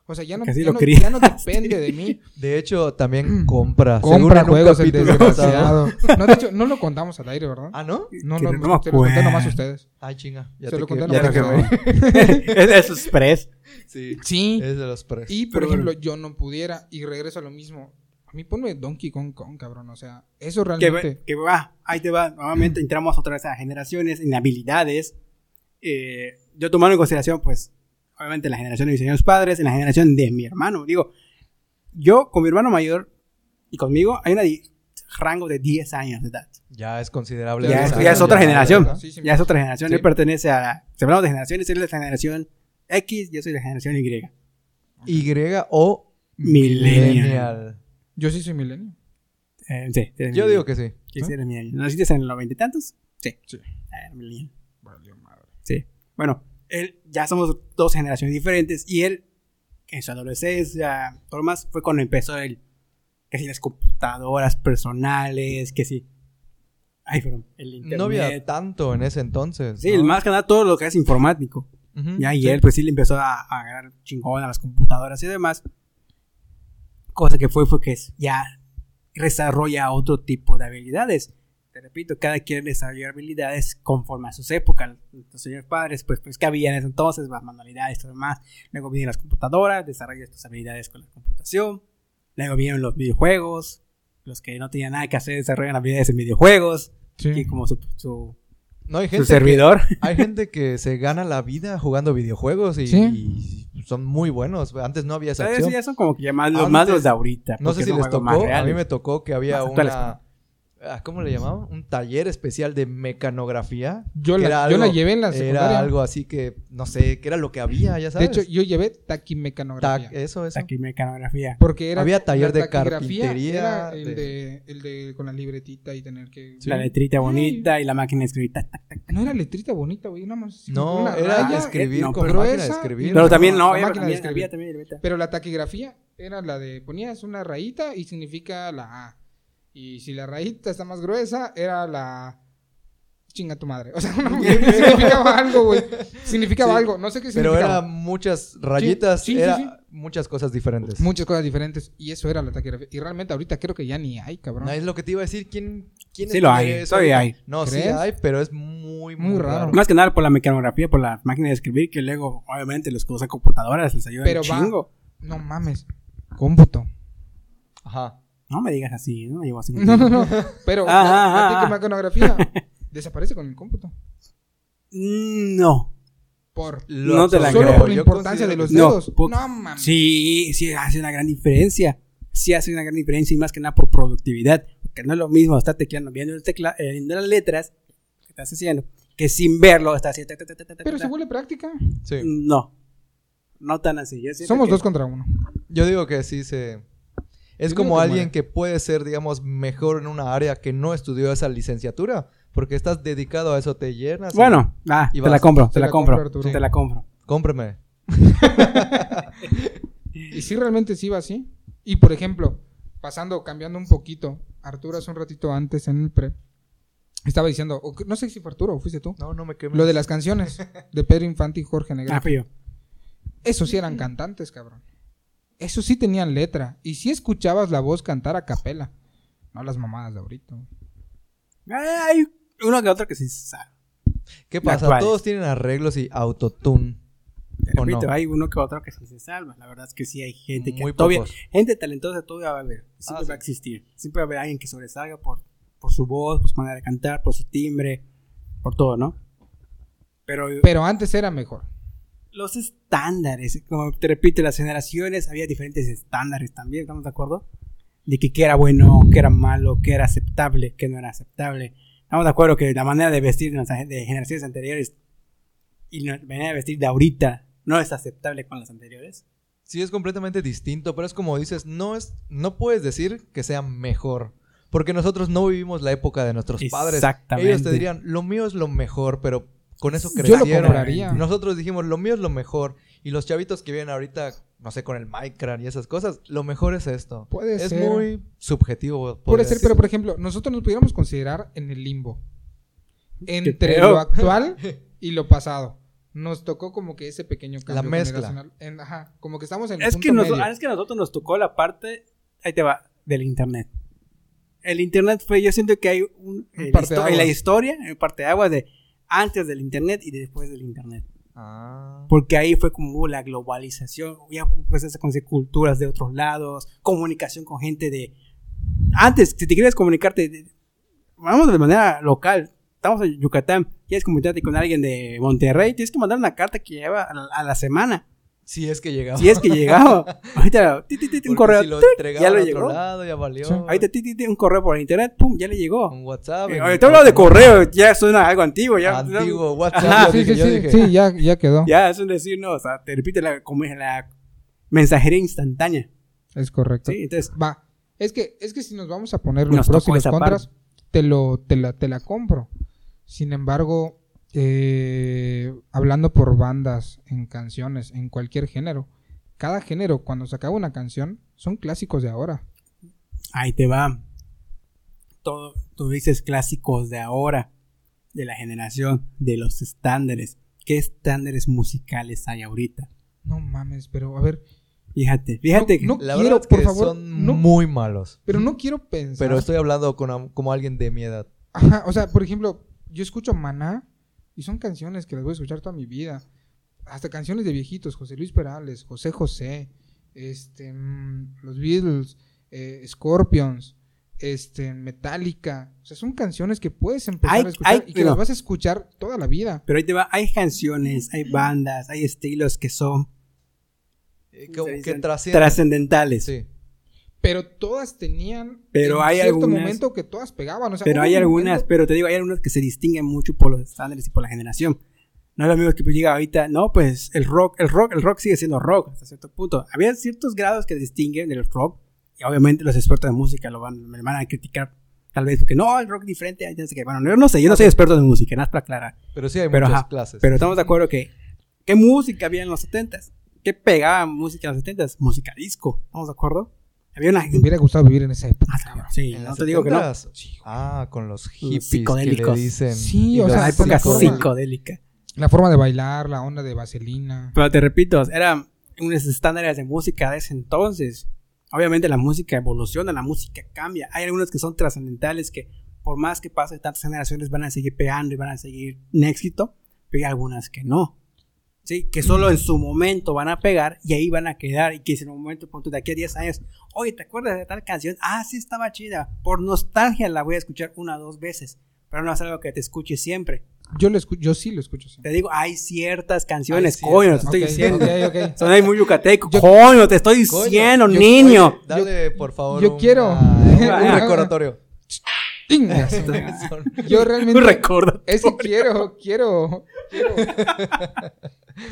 S3: O sea, ya no,
S1: Que así
S3: ya
S1: lo
S3: no,
S1: crías.
S3: ya no depende de mí.
S2: De hecho, también compra. Según
S3: Compra
S2: en un
S3: juegos el
S2: capítulo pasado-
S3: desgraciado. No, de hecho, no lo contamos al aire, ¿verdad?
S2: Ah, ¿no?
S3: No,
S1: que no
S3: no,
S1: me
S3: se lo conté nomás
S1: acuerdo.
S3: a ustedes.
S2: Ay, chinga. Ya
S3: Se
S2: te
S3: lo
S2: quemé.
S3: conté
S1: ya
S3: nomás
S1: te
S3: a
S1: quemé.
S3: ustedes.
S1: es, es express.
S2: Sí.
S3: Sí.
S2: Es de los pres.
S3: Y, por
S1: Pero
S3: ejemplo,
S1: bueno.
S3: yo no pudiera y regreso a lo mismo. A mí ponme Donkey Kong Kong, cabrón. O sea, eso
S1: Que,
S3: realmente...
S1: va- que va, ahí te va. Nuevamente entramos otra vez a generaciones, en habilidades. Eh, yo tomando en consideración, pues, obviamente la generación de mis señores padres, en la generación de mi hermano. Digo, yo con mi hermano mayor y conmigo hay un rango de 10 años de edad.
S2: Ya es considerable.
S1: Ya,
S3: Claro,
S1: es-
S3: claro,
S1: ya es
S3: ya,
S1: otra
S3: ya,
S1: generación.
S3: sí, sí,
S1: Ya es otra generación.
S3: sí.
S1: Él pertenece a. Se hablamos de generaciones, él es la generación X, yo soy la generación Y.
S2: Y o
S1: Millennial.
S2: millennial.
S3: Yo sí soy milenio.
S1: Eh, sí, eres
S2: Yo
S1: millennial.
S2: digo que sí.
S1: Que sí eres millennial. ¿Naciste en los veinte tantos? Sí.
S3: Sí.
S1: Ah, eres millennial.
S3: Valió madre.
S1: Sí. Bueno, él, ya somos dos generaciones diferentes y él, en su adolescencia, todo lo más, fue cuando empezó el. Que si las computadoras personales, que si. Ay, perdón. El internet.
S2: No había tanto en ese entonces.
S1: Sí,
S2: ¿no?
S1: el más que nada todo lo que es informático.
S2: Ujú,
S1: Ya, y
S2: sí.
S1: él pues sí le empezó a, a agarrar chingón a las computadoras y demás. Cosa que fue, fue que es- ya desarrolla otro tipo de habilidades. Te repito, cada quien desarrolla habilidades conforme a sus épocas. Los señores padres, pues, pues que había en ese entonces, más manualidades y demás. Luego vienen las computadoras, desarrolla tus habilidades con la computación. Luego vienen los videojuegos. Los que no tenían nada que hacer desarrollan habilidades en videojuegos. Y
S3: Sí.
S1: como su, su-
S2: No hay
S1: su
S2: gente.
S1: servidor.
S2: que- hay gente que se gana la vida jugando videojuegos y,
S3: Sí.
S2: y son muy buenos. Antes no había esa
S1: Pero
S2: opción.
S1: ya son como que ya más, los- más
S2: Antes-
S1: los de ahorita.
S2: No sé
S1: porque
S2: si
S1: son
S2: les
S1: juegos
S2: tocó.
S1: más
S2: A mí
S1: reales.
S2: me tocó que había
S1: Más actuales,
S2: una. ah, ¿Cómo le llamaban? Un taller especial de mecanografía.
S3: Yo,
S2: que
S3: la,
S2: era
S3: yo la
S2: algo-
S3: llevé en la Ah, secundaria.
S2: Era algo así que, no sé, que era lo que había, ya
S3: de
S2: sabes.
S3: hecho, yo llevé
S2: Ta-
S3: taquimecanografía.
S2: eso, eso.
S1: Taquimecanografía.
S3: porque era
S2: había taller
S3: la
S2: de
S3: taquigrafía
S2: carpintería,
S3: Era el
S2: de-
S3: de... el de con la libretita y tener que
S1: La letrita
S3: Ay.
S1: bonita y la máquina escrita.
S3: No era letrita bonita, güey, nada más
S2: No,
S3: una
S2: era
S3: raya. eh,
S2: escribir
S1: no,
S2: con
S3: pero
S2: máquina de
S3: esa-
S2: escribir.
S1: Pero
S3: no,
S1: también no,
S3: la
S1: había
S3: máquina de
S1: también,
S3: escribir.
S1: había también libreta.
S3: Pero la taquigrafía era la de ponías una rayita y significa la A. Y si la rayita está más gruesa, era la chinga tu madre. O sea, no, significaba algo, güey. Significaba
S2: Sí.
S3: algo, no sé qué
S2: Pero
S3: significaba.
S2: era muchas rayitas,
S3: sí, sí,
S2: era
S3: sí.
S2: muchas cosas diferentes.
S3: muchas cosas diferentes y eso era la taquigrafía. Y realmente ahorita creo que ya ni hay, cabrón.
S2: No, Ah, es lo que te iba a decir. ¿Quién, quién
S1: Sí lo hay,
S2: escribe eso
S1: todavía
S2: ahorita?
S1: hay.
S2: No, sí
S3: ¿Crees?
S2: hay, pero es muy, muy,
S3: Muy
S2: raro.
S3: raro.
S1: Más que nada por la mecanografía, por la máquina de escribir, que luego, obviamente, los que usan computadoras les ayudan
S3: Pero
S1: un
S3: va-
S1: chingo.
S3: No mames. Cómputo.
S2: Ajá.
S1: No me digas así, no me llevo así.
S3: No, no, no. Pero
S1: Ah, ah,
S3: la,
S1: ah,
S3: la
S1: ah.
S3: taquimecanografía desaparece con el cómputo.
S1: Mm, no.
S3: Por
S2: Lo
S1: No te la
S3: solo
S1: creo,
S3: por la
S2: yo
S3: importancia
S2: considero
S3: de los
S1: que sí. No,
S3: dedos. No,
S1: po-
S3: mames.
S1: Sí, sí hace una gran diferencia. Sí hace una gran diferencia y más que nada por productividad. Porque no es lo mismo estar tecleando, viendo, el tecla, eh, viendo las letras que estás haciendo, que sin verlo estás haciendo. ta, ta, ta, ta, ta,
S3: Pero
S1: ta.
S3: se vuelve práctica.
S2: Sí.
S1: No. No tan así. Yo siento
S3: Somos
S1: que-
S3: dos contra uno.
S2: Yo digo que sí se... Es
S3: Yo
S2: como
S3: digo que
S2: alguien
S3: muere.
S2: que puede ser, digamos, mejor en una área que no estudió esa licenciatura, porque estás dedicado a eso, te llenas. y-
S1: Bueno, ah,
S2: Y
S1: te
S2: vas.
S1: la compro,
S3: Te
S1: te la
S3: la compro,
S1: compro,
S3: Arturo.
S1: te la compro.
S2: Cómprame.
S3: Y sí, realmente sí va así. Y por ejemplo, pasando, cambiando un poquito, Arturo hace un ratito antes en el pre, estaba diciendo, o que- no sé si fue Arturo o fuiste tú,
S2: No, no me quemes.
S3: lo de las canciones de Pedro Infante y Jorge
S1: Ah,
S3: Negrete.
S1: fui yo.
S3: Eso sí eran cantantes, cabrón. Eso sí tenían letra. Y sí escuchabas la voz cantar a capela. No las mamadas de ahorita. güey.
S1: Ah, Hay uno que otro que sí sabe.
S2: ¿Qué pasa?
S1: Actuales.
S2: Todos tienen arreglos y autotune.
S1: Te
S2: ¿O
S1: repito,
S2: no?
S1: hay uno que otro que sí se salva. La verdad es que sí hay gente que
S2: Muy
S1: todavía,
S2: pocos.
S1: gente talentosa todavía va a haber, siempre
S2: Ah, sí.
S1: va a existir. Siempre va a haber alguien que sobresalga por, por su voz, por su manera de cantar, por su timbre, por todo, ¿no? Pero
S3: Pero antes era mejor.
S1: los estándares, como te repito, las generaciones, había diferentes estándares también, ¿estamos de acuerdo? De que qué era bueno, qué era malo, qué era aceptable, qué no era aceptable. Estamos de acuerdo que la manera de vestir de, nuestras- de generaciones anteriores y la manera de vestir de ahorita no es aceptable con las anteriores.
S2: Sí, es completamente distinto, pero es como dices, no es, no puedes decir que sea mejor. Porque nosotros no vivimos la época de nuestros padres.
S1: Exactamente.
S2: Ellos te dirían, lo mío es lo mejor, pero con eso
S3: Yo lo
S2: crecieron.
S3: compraría.
S2: Nosotros dijimos, lo mío es lo mejor. Y los chavitos que vienen ahorita, no sé, con el Minecraft y esas cosas, lo mejor es esto.
S3: Puede
S2: es
S3: ser.
S2: muy subjetivo.
S3: Puede
S2: podría
S3: ser,
S2: decirse.
S3: pero por ejemplo, nosotros nos pudiéramos considerar en el limbo. Entre
S1: feo.
S3: lo actual y lo pasado. Nos tocó como que ese pequeño
S2: La
S3: cambio.
S2: mezcla.
S3: generacional. En- ajá, como que estamos en el
S1: Es
S3: punto
S1: que, nos-
S3: medio.
S1: ah, es que a nosotros nos tocó la parte, ahí te va, del internet. El internet fue, yo siento que hay un, el
S3: parteaguas.
S1: histo- en la historia, en parte de agua, de antes del internet y después del internet.
S2: Ah.
S1: Porque ahí fue como hubo la globalización, ya empezaste a conocer culturas de otros lados, comunicación con gente de... Antes, si te quieres comunicarte, de- vamos de manera local, estamos en Yucatán, quieres comunicarte con alguien de Monterrey, tienes que mandar una carta que lleva a la, a la semana,
S2: Si es que llegaba.
S1: si es que llegaba. Ahorita, ti, ti, ti, ti, un
S2: Porque
S1: correo,
S2: si lo
S1: ¡tric! ya
S2: entregaban
S1: lo
S2: a otro
S1: llegó.
S2: lado, ya valió.
S3: Sí.
S1: Ahorita, ti, ti, ti, un correo por internet, pum, ya le llegó.
S2: Un WhatsApp.
S1: Eh,
S2: en
S1: Ahorita hablo de correo, ya suena algo antiguo, ya...
S2: Antiguo, WhatsApp.
S1: Ajá.
S2: yo
S3: sí,
S2: dije,
S3: Ah, sí,
S2: yo
S3: sí,
S2: dije.
S3: sí, ya, ya quedó.
S1: Ya, es un decir, no, o sea, te repite la, como es la mensajería instantánea.
S3: Es correcto.
S1: Sí, entonces,
S3: Va. Es que, es que si nos vamos a poner
S1: Nos
S3: los pros y
S1: tocó
S3: los
S1: esa
S3: contras, te, lo, te, la, te la compro. Sin embargo, eh, hablando por bandas, en canciones, en cualquier género, cada género, cuando se acaba una canción, son clásicos de ahora.
S1: ahí te va. Todo, tú dices clásicos de ahora, de la generación, de los estándares. ¿Qué estándares musicales hay ahorita?
S3: No mames, pero a ver,
S1: Fíjate, fíjate. que-
S3: No
S2: La
S3: quiero,
S2: verdad es que
S3: por favor,
S2: son
S3: no.
S2: muy malos.
S3: pero no quiero pensar.
S2: Pero estoy hablando con, am- como alguien de mi edad.
S3: Ajá, o sea, por ejemplo, yo escucho Maná y son canciones que las voy a escuchar toda mi vida. Hasta canciones de viejitos, José Luis Perales, José José, este, mm, los Beatles, eh, Scorpions, este, Metallica. O sea, son canciones que puedes empezar
S1: Ay,
S3: a escuchar
S1: ay,
S3: y que
S1: pero-
S3: las vas a escuchar toda la vida.
S1: Pero ahí te va. Hay canciones, hay bandas, hay estilos que son
S2: Eh, Que,
S1: Sí,
S2: que
S1: sí.
S2: trascienden.
S1: trascendentales.
S2: Sí.
S3: Pero todas tenían
S1: Pero
S3: en
S1: hay
S3: cierto
S1: algunas-
S3: momento que todas pegaban. o sea,
S1: Pero
S3: hubo
S1: hay
S3: un
S1: algunas,
S3: momento-
S1: pero te digo, hay algunas que se distinguen mucho por los estándares y por la generación. No es lo mismo que pues llega ahorita, no, pues el rock, el rock, el rock sigue siendo rock hasta cierto punto. Había ciertos grados que distinguen del rock y obviamente los expertos de música lo van, me van a criticar tal vez porque no, el rock diferente, ya no sé qué. Bueno, yo no sé, yo no soy experto de música, nada más para aclarar.
S2: Pero sí hay
S1: Pero,
S2: muchas
S1: ajá,
S2: clases.
S1: Pero estamos de acuerdo que qué música había en los 70s? ¿Qué pegaba música en los 70s? Música disco, ¿estamos de acuerdo? Había una
S3: Me hubiera gustado vivir en esa época.
S1: Ah, cabrón, Sí,
S2: En
S1: no
S2: las
S1: te digo que no.
S2: 70s. Ah, con los hippies que le
S1: psicodélicos.
S2: dicen.
S3: Sí,
S2: y
S3: o
S2: los
S3: sea,
S1: La época
S3: psicodélicos.
S1: psicodélica.
S3: La forma de bailar, la onda de vaselina.
S1: Pero te repito, eran unos estándares de música de ese entonces. Obviamente la música evoluciona, la música cambia. Hay algunos que son trascendentales que por más que pasen tantas generaciones van a seguir pegando y van a seguir un éxito, pero hay algunas que no. Sí, que solo en su momento van a pegar y ahí van a quedar y que si en un momento ponte de aquí a 10 años, oye, ¿te acuerdas de tal canción? Ah, sí, estaba chida. Por nostalgia la voy a escuchar una o dos veces, pero no es algo que te escuche siempre.
S3: Yo, lo escu- yo sí lo escucho. Sí.
S1: Te digo, hay ciertas canciones,
S2: ciertas.
S1: coño, te estoy
S3: Ok,
S1: diciendo.
S3: ok, ok.
S1: Son ahí muy yucateco.
S3: Yo-
S1: coño, te estoy
S2: Coño,
S1: diciendo,
S3: yo-
S1: niño.
S2: Dale, por favor.
S3: yo
S2: un-
S3: quiero-
S2: ah, un recordatorio.
S3: Inga, su madre. yo realmente...
S1: Un recuerdo.
S3: Es que quiero, quiero, quiero,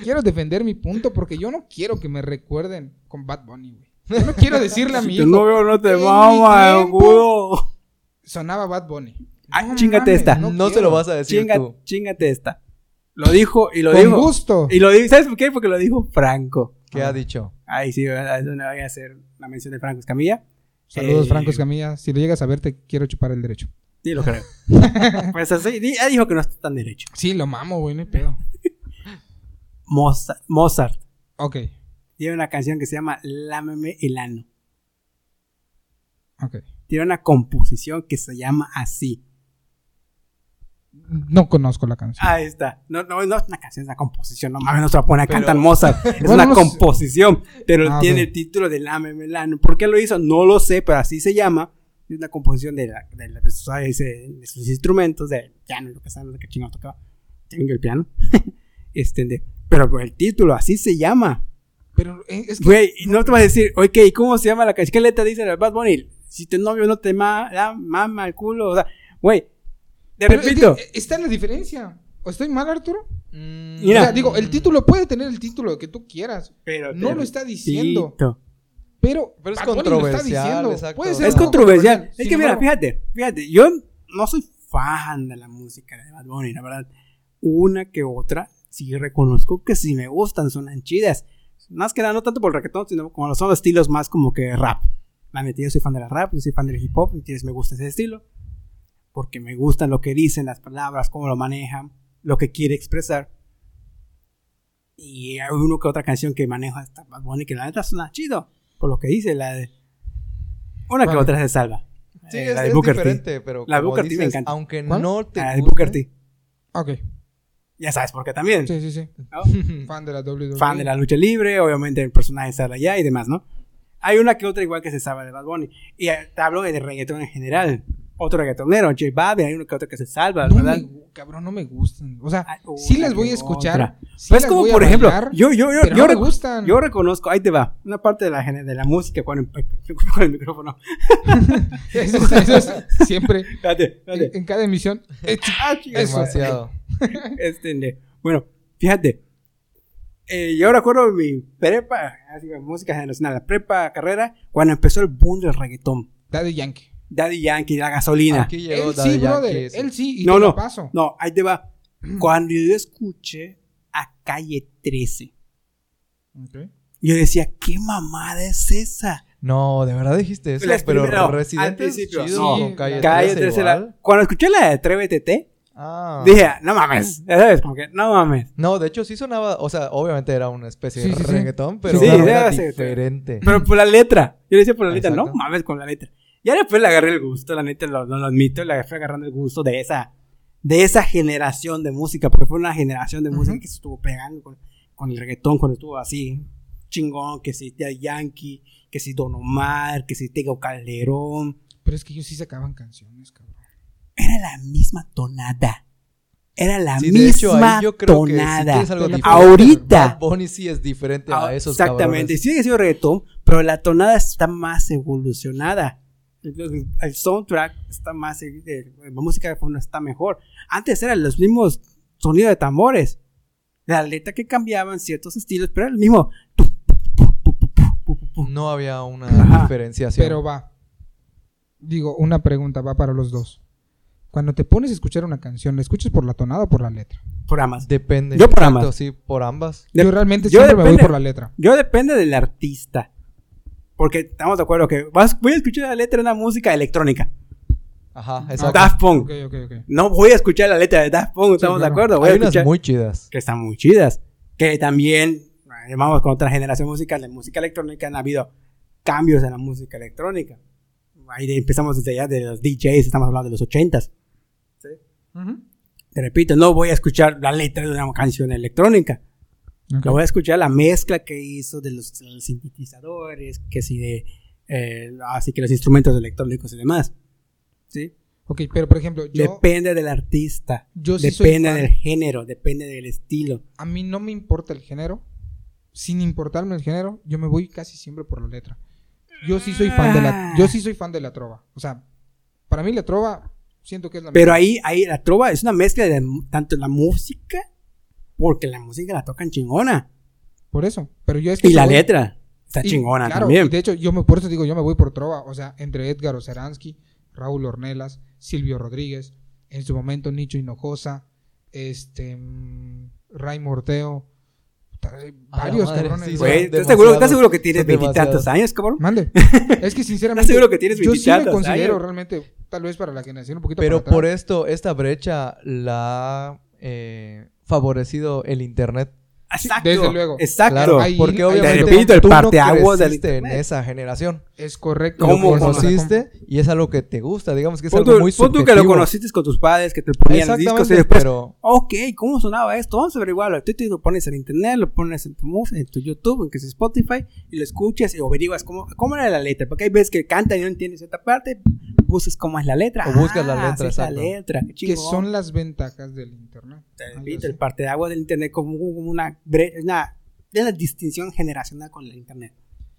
S3: quiero defender mi punto porque yo no quiero que me recuerden con Bad Bunny, güey. Yo no quiero decirle a mi
S1: Tu
S3: hijo,
S1: novio no te
S3: en mi
S1: mama,
S3: tiempo-
S1: agudo.
S3: sonaba Bad Bunny.
S1: Ay,
S3: No
S1: chíngate
S3: mames,
S1: esta.
S2: No, te
S3: quiero.
S2: lo vas a decir
S1: Chinga,
S2: tú.
S1: chingate esta. Lo dijo y lo
S3: Con
S1: dijo.
S3: gusto.
S1: Y lo dijo, ¿sabes por qué? Porque lo dijo Franco.
S2: ¿Qué
S3: Ah.
S2: ha dicho?
S1: Ay, sí, ¿verdad? no le voy a hacer la mención de Franco Escamilla.
S3: Saludos,
S1: Eh,
S3: Franco Escamilla. Si lo llegas a ver, te quiero chupar el derecho.
S1: Sí, lo creo. pues así, di- ya dijo que no está tan derecho.
S3: Sí, lo mamo, güey, no hay pedo.
S1: Mozart, Mozart
S3: Ok,
S1: tiene una canción que se llama Lámeme el ano.
S3: ok.
S1: Tiene una composición que se llama así.
S3: No conozco la canción.
S1: Ahí está. No, no, no es una canción, es una composición. No mames, no se la pone a
S2: Pero-
S1: cantar Mozart. Es
S3: Bueno,
S1: una
S3: no sé.
S1: composición. Pero
S3: Ah,
S1: tiene
S3: ok.
S1: el título de Lame Melano. ¿Por qué lo hizo? No lo sé, pero así se llama. Es una composición de, la- de la- de sus, de ese- de sus instrumentos, de piano, lo que sea, no sé qué chingado tocaba. Tengo el piano. este, de- pero por el título, así se llama.
S3: Pero eh, es que
S1: Güey, y no te vas a decir, ok, ¿y ¿cómo se llama la canción? ¿Qué letra dice la Bad Bunny? Si tu novio no te ma la mama el culo, o sea, güey, te
S3: pero es
S1: repito.
S3: que, eh, está la diferencia. ¿O estoy mal, Arturo?
S1: Mira.
S3: Mm, O sea, digo, el título puede tener el título que tú quieras,
S1: pero te
S3: no lo está diciendo.
S1: repito.
S3: pero,
S2: Pero es
S3: Bad Bunny lo está
S2: controversial,
S3: diciendo.
S2: exacto.
S3: Puede ser
S1: Es
S3: un poco
S1: controversial. Es
S3: Sin
S1: que mira,
S3: embargo,
S1: fíjate, fíjate, yo no soy fan de la música de Bad Bunny, la verdad. Una que otra, sí reconozco que sí me gustan, son chidas. Más que nada, no tanto por el reggaetón, sino como son los estilos más como que rap. La neta, yo soy fan de la rap, yo soy fan del hip hop, entonces me gusta ese estilo. Porque me gusta lo que dicen, las palabras, cómo lo manejan, lo que quiere expresar. Y hay uno que otra canción que maneja hasta Bad Bunny, que la neta suena chido, por lo que dice, la de... Una que
S3: Bueno.
S1: otra se salva.
S2: Sí,
S1: Eh,
S2: es,
S1: la de
S2: es
S1: Booker T.
S2: diferente, pero
S1: La de
S2: como
S1: Booker T me
S2: dices,
S1: encanta. Ah,
S2: aunque
S3: ¿Cuál?
S2: no te
S1: La de
S2: guste-
S1: Booker T.
S3: Ok,
S1: Ya sabes por qué también.
S3: sí, sí, sí. Fan de la E. WWE.
S1: Fan de la lucha libre, obviamente el personaje sale allá y demás, ¿no? Hay una que otra igual que se sabe de Bad Bunny. Y eh, te hablo de reggaetón en general. Otro reggaetonero, J Balvin, hay uno que otro que se salva,
S3: No
S1: ¿verdad?
S3: me gu- cabrón, no me gustan. O sea,
S1: Hay
S3: sí
S1: una
S3: las voy
S1: que
S3: a escuchar.
S1: otra. Pero
S3: sí
S1: Pues es
S3: las
S1: como,
S3: voy a
S1: por ejemplo,
S3: bailar,
S1: yo, yo, yo,
S3: pero
S1: yo,
S3: no me
S1: recu-
S3: gustan.
S1: yo reconozco, ahí te va, una parte de la, gene- de la música, cuando con el micrófono.
S3: Eso es, eso es siempre.
S1: Espérate, espérate.
S3: En, en cada emisión. eh,
S1: Ah, chinga,
S3: Eso.
S2: Demasiado.
S1: Este, ne- bueno, fíjate. eh, yo recuerdo mi prepa, así, música generacional, la prepa, carrera, cuando empezó el boom del reggaetón.
S3: Daddy Yankee.
S1: Daddy Yankee, la gasolina.
S2: Aquí llegó
S3: Él
S2: Daddy
S3: sí, brother.
S2: Yankee, sí.
S3: Él sí. Y
S1: No,
S3: te
S1: no.
S3: lo paso.
S1: No, ahí te va. Cuando yo escuché a Calle 13,
S3: Ok.
S1: yo decía, ¿qué mamada es esa?
S2: No, de verdad dijiste eso,
S1: Les
S2: pero
S1: primero, al
S2: Residente es
S1: principio,
S2: chido
S3: no.
S2: con Calle
S1: Calle
S2: 13
S1: 13,
S2: igual.
S1: la- cuando escuché la de Atrévete T,
S2: Ah.
S1: dije, no mames, ya sabes, como que, no mames.
S2: No, de hecho sí sonaba, o sea, obviamente era una especie
S3: Sí,
S2: de
S3: sí, sí.
S2: reggaetón, pero
S1: Sí,
S2: era
S1: debe ser.
S2: diferente.
S1: Pero por la letra. Yo le decía por la letra, no
S2: Exacto.
S1: mames con la letra. Y ahora después le agarré el gusto, la neta, lo, no lo admito, le fui agarrando el gusto de esa, de esa generación de música, porque fue una generación de música
S3: Ujú.
S1: que se estuvo pegando con, con el reggaetón, cuando estuvo así, chingón, que si Daddy Yankee, que si Don Omar, que si Tego Calderón.
S3: Pero es que ellos sí sacaban canciones, cabrón.
S1: Era la misma tonada. Era la
S2: Sí, de hecho,
S1: misma
S2: ahí yo creo que si
S1: tonada.
S2: quieres algo
S3: Pero
S2: diferente,
S1: ahorita.
S2: Bad Bunny sí es diferente
S1: Ah,
S2: a esos
S1: exactamente.
S2: cabrones.
S1: Sigue siendo reggaetón, pero la tonada está más evolucionada. El, el soundtrack está más. eh, eh, la música de fondo está mejor. Antes eran los mismos sonidos de tambores. La letra que cambiaban ciertos estilos, pero era el mismo.
S2: No había una
S1: Ajá.
S2: diferenciación.
S3: Pero va. Digo, una pregunta va para los dos. Cuando te pones a escuchar una canción, ¿la escuchas por la tonada o por la letra?
S1: Programas.
S2: Depende.
S1: Yo por
S2: Exacto,
S1: ambas.
S2: Sí, por ambas.
S1: De-
S3: yo realmente
S1: yo
S3: siempre me voy
S1: depende-
S3: por la letra.
S1: Yo depende del artista. Porque estamos de acuerdo que vas, voy a escuchar la letra de una música electrónica.
S2: Ajá,
S3: Ah,
S2: exacto.
S1: Daft Punk.
S3: Ok, ok, ok.
S1: No voy a escuchar la letra de Daft Punk, estamos de
S3: claro.
S1: acuerdo. Voy a
S2: Hay unas
S1: escuchar-
S2: muy chidas.
S1: que están muy chidas. Que también, eh, vamos con otra generación musical de música electrónica, han habido cambios en la música electrónica. Ahí de- empezamos desde allá de los DJs, estamos hablando de los 80s. Te repito, no voy a escuchar la letra de una canción electrónica.
S3: Ok.
S1: Lo voy a escuchar la mezcla que hizo de los, de los sintetizadores, que si de. eh, así que los instrumentos electrónicos y demás. ¿Sí?
S3: Ok, pero por ejemplo, yo,
S1: depende del artista.
S3: yo sí soy
S1: depende
S3: fan.
S1: del género, depende del estilo.
S3: A mí no me importa el género. Sin importarme el género, yo me voy casi siempre por la letra. Yo sí soy fan de la, yo sí soy fan de la trova. O sea, para mí la trova siento que es la
S1: Pero
S3: mejor.
S1: ahí, ahí la trova es una mezcla de tanto la música, porque la música la tocan chingona,
S3: por eso. Pero yo es que
S1: y la
S3: yo voy-
S1: letra está
S3: Y,
S1: chingona
S3: claro,
S1: también.
S3: y de hecho, yo me, por eso digo, yo me voy por trova. O sea, entre Edgar Oceransky, Raúl Ornelas, Silvio Rodríguez, en su momento Nicho Hinojosa, este, mm, Ray Morteo, puta, hay
S2: A la
S3: varios
S2: madre,
S3: cabrones.
S2: sí,
S3: o sea,
S1: Güey,
S2: son
S1: ¿estás seguro,
S2: demasiados,
S1: estás seguro que tienes
S2: son
S1: veintitantos
S2: demasiados.
S1: años, cabrón?
S3: Mande. Es que sinceramente.
S1: ¿Estás seguro que tienes
S3: Yo sí me
S1: veintitantos
S3: considero
S1: años?
S3: realmente, tal vez para la generación un poquito
S2: Pero
S3: para atrás.
S2: por esto, esta brecha la ha eh, favorecido el internet.
S1: Exacto.
S3: desde luego.
S1: Exacto.
S2: Claro,
S3: Ahí-
S2: porque
S3: ahí-
S2: obviamente
S1: Te repito, el
S2: tú
S1: parteaguas
S2: no
S1: del
S2: creciste en
S1: internet.
S2: esa generación.
S3: Es correcto.
S1: ¿Cómo
S2: Lo
S3: Como-
S2: conociste y es algo que te gusta, digamos que es
S1: Pon
S2: algo
S1: tú-
S2: muy
S1: pon tú
S2: subjetivo.
S1: que lo conociste con tus padres, que te ponían los discos y
S2: Exactamente,
S1: después.
S2: pero
S1: Ok, ¿cómo sonaba esto? Vamos a averiguarlo. Tú te lo pones en internet, lo pones en tu Move, en tu YouTube, en que es Spotify, y lo escuchas y averiguas cómo, cómo era la letra. Porque hay veces que cantan y no entiendes cierta parte, buscas cómo es la letra.
S2: O buscas la
S1: Ah, así
S2: letra,
S1: es la
S2: exacto.
S1: letra. Qué
S3: Que
S1: chingón.
S3: son las ventajas del internet.
S1: Te
S3: Ay,
S1: repito,
S3: yo
S1: el
S3: sé.
S1: parte de agua del internet como un- una, bre- una, de la distinción generacional con el internet.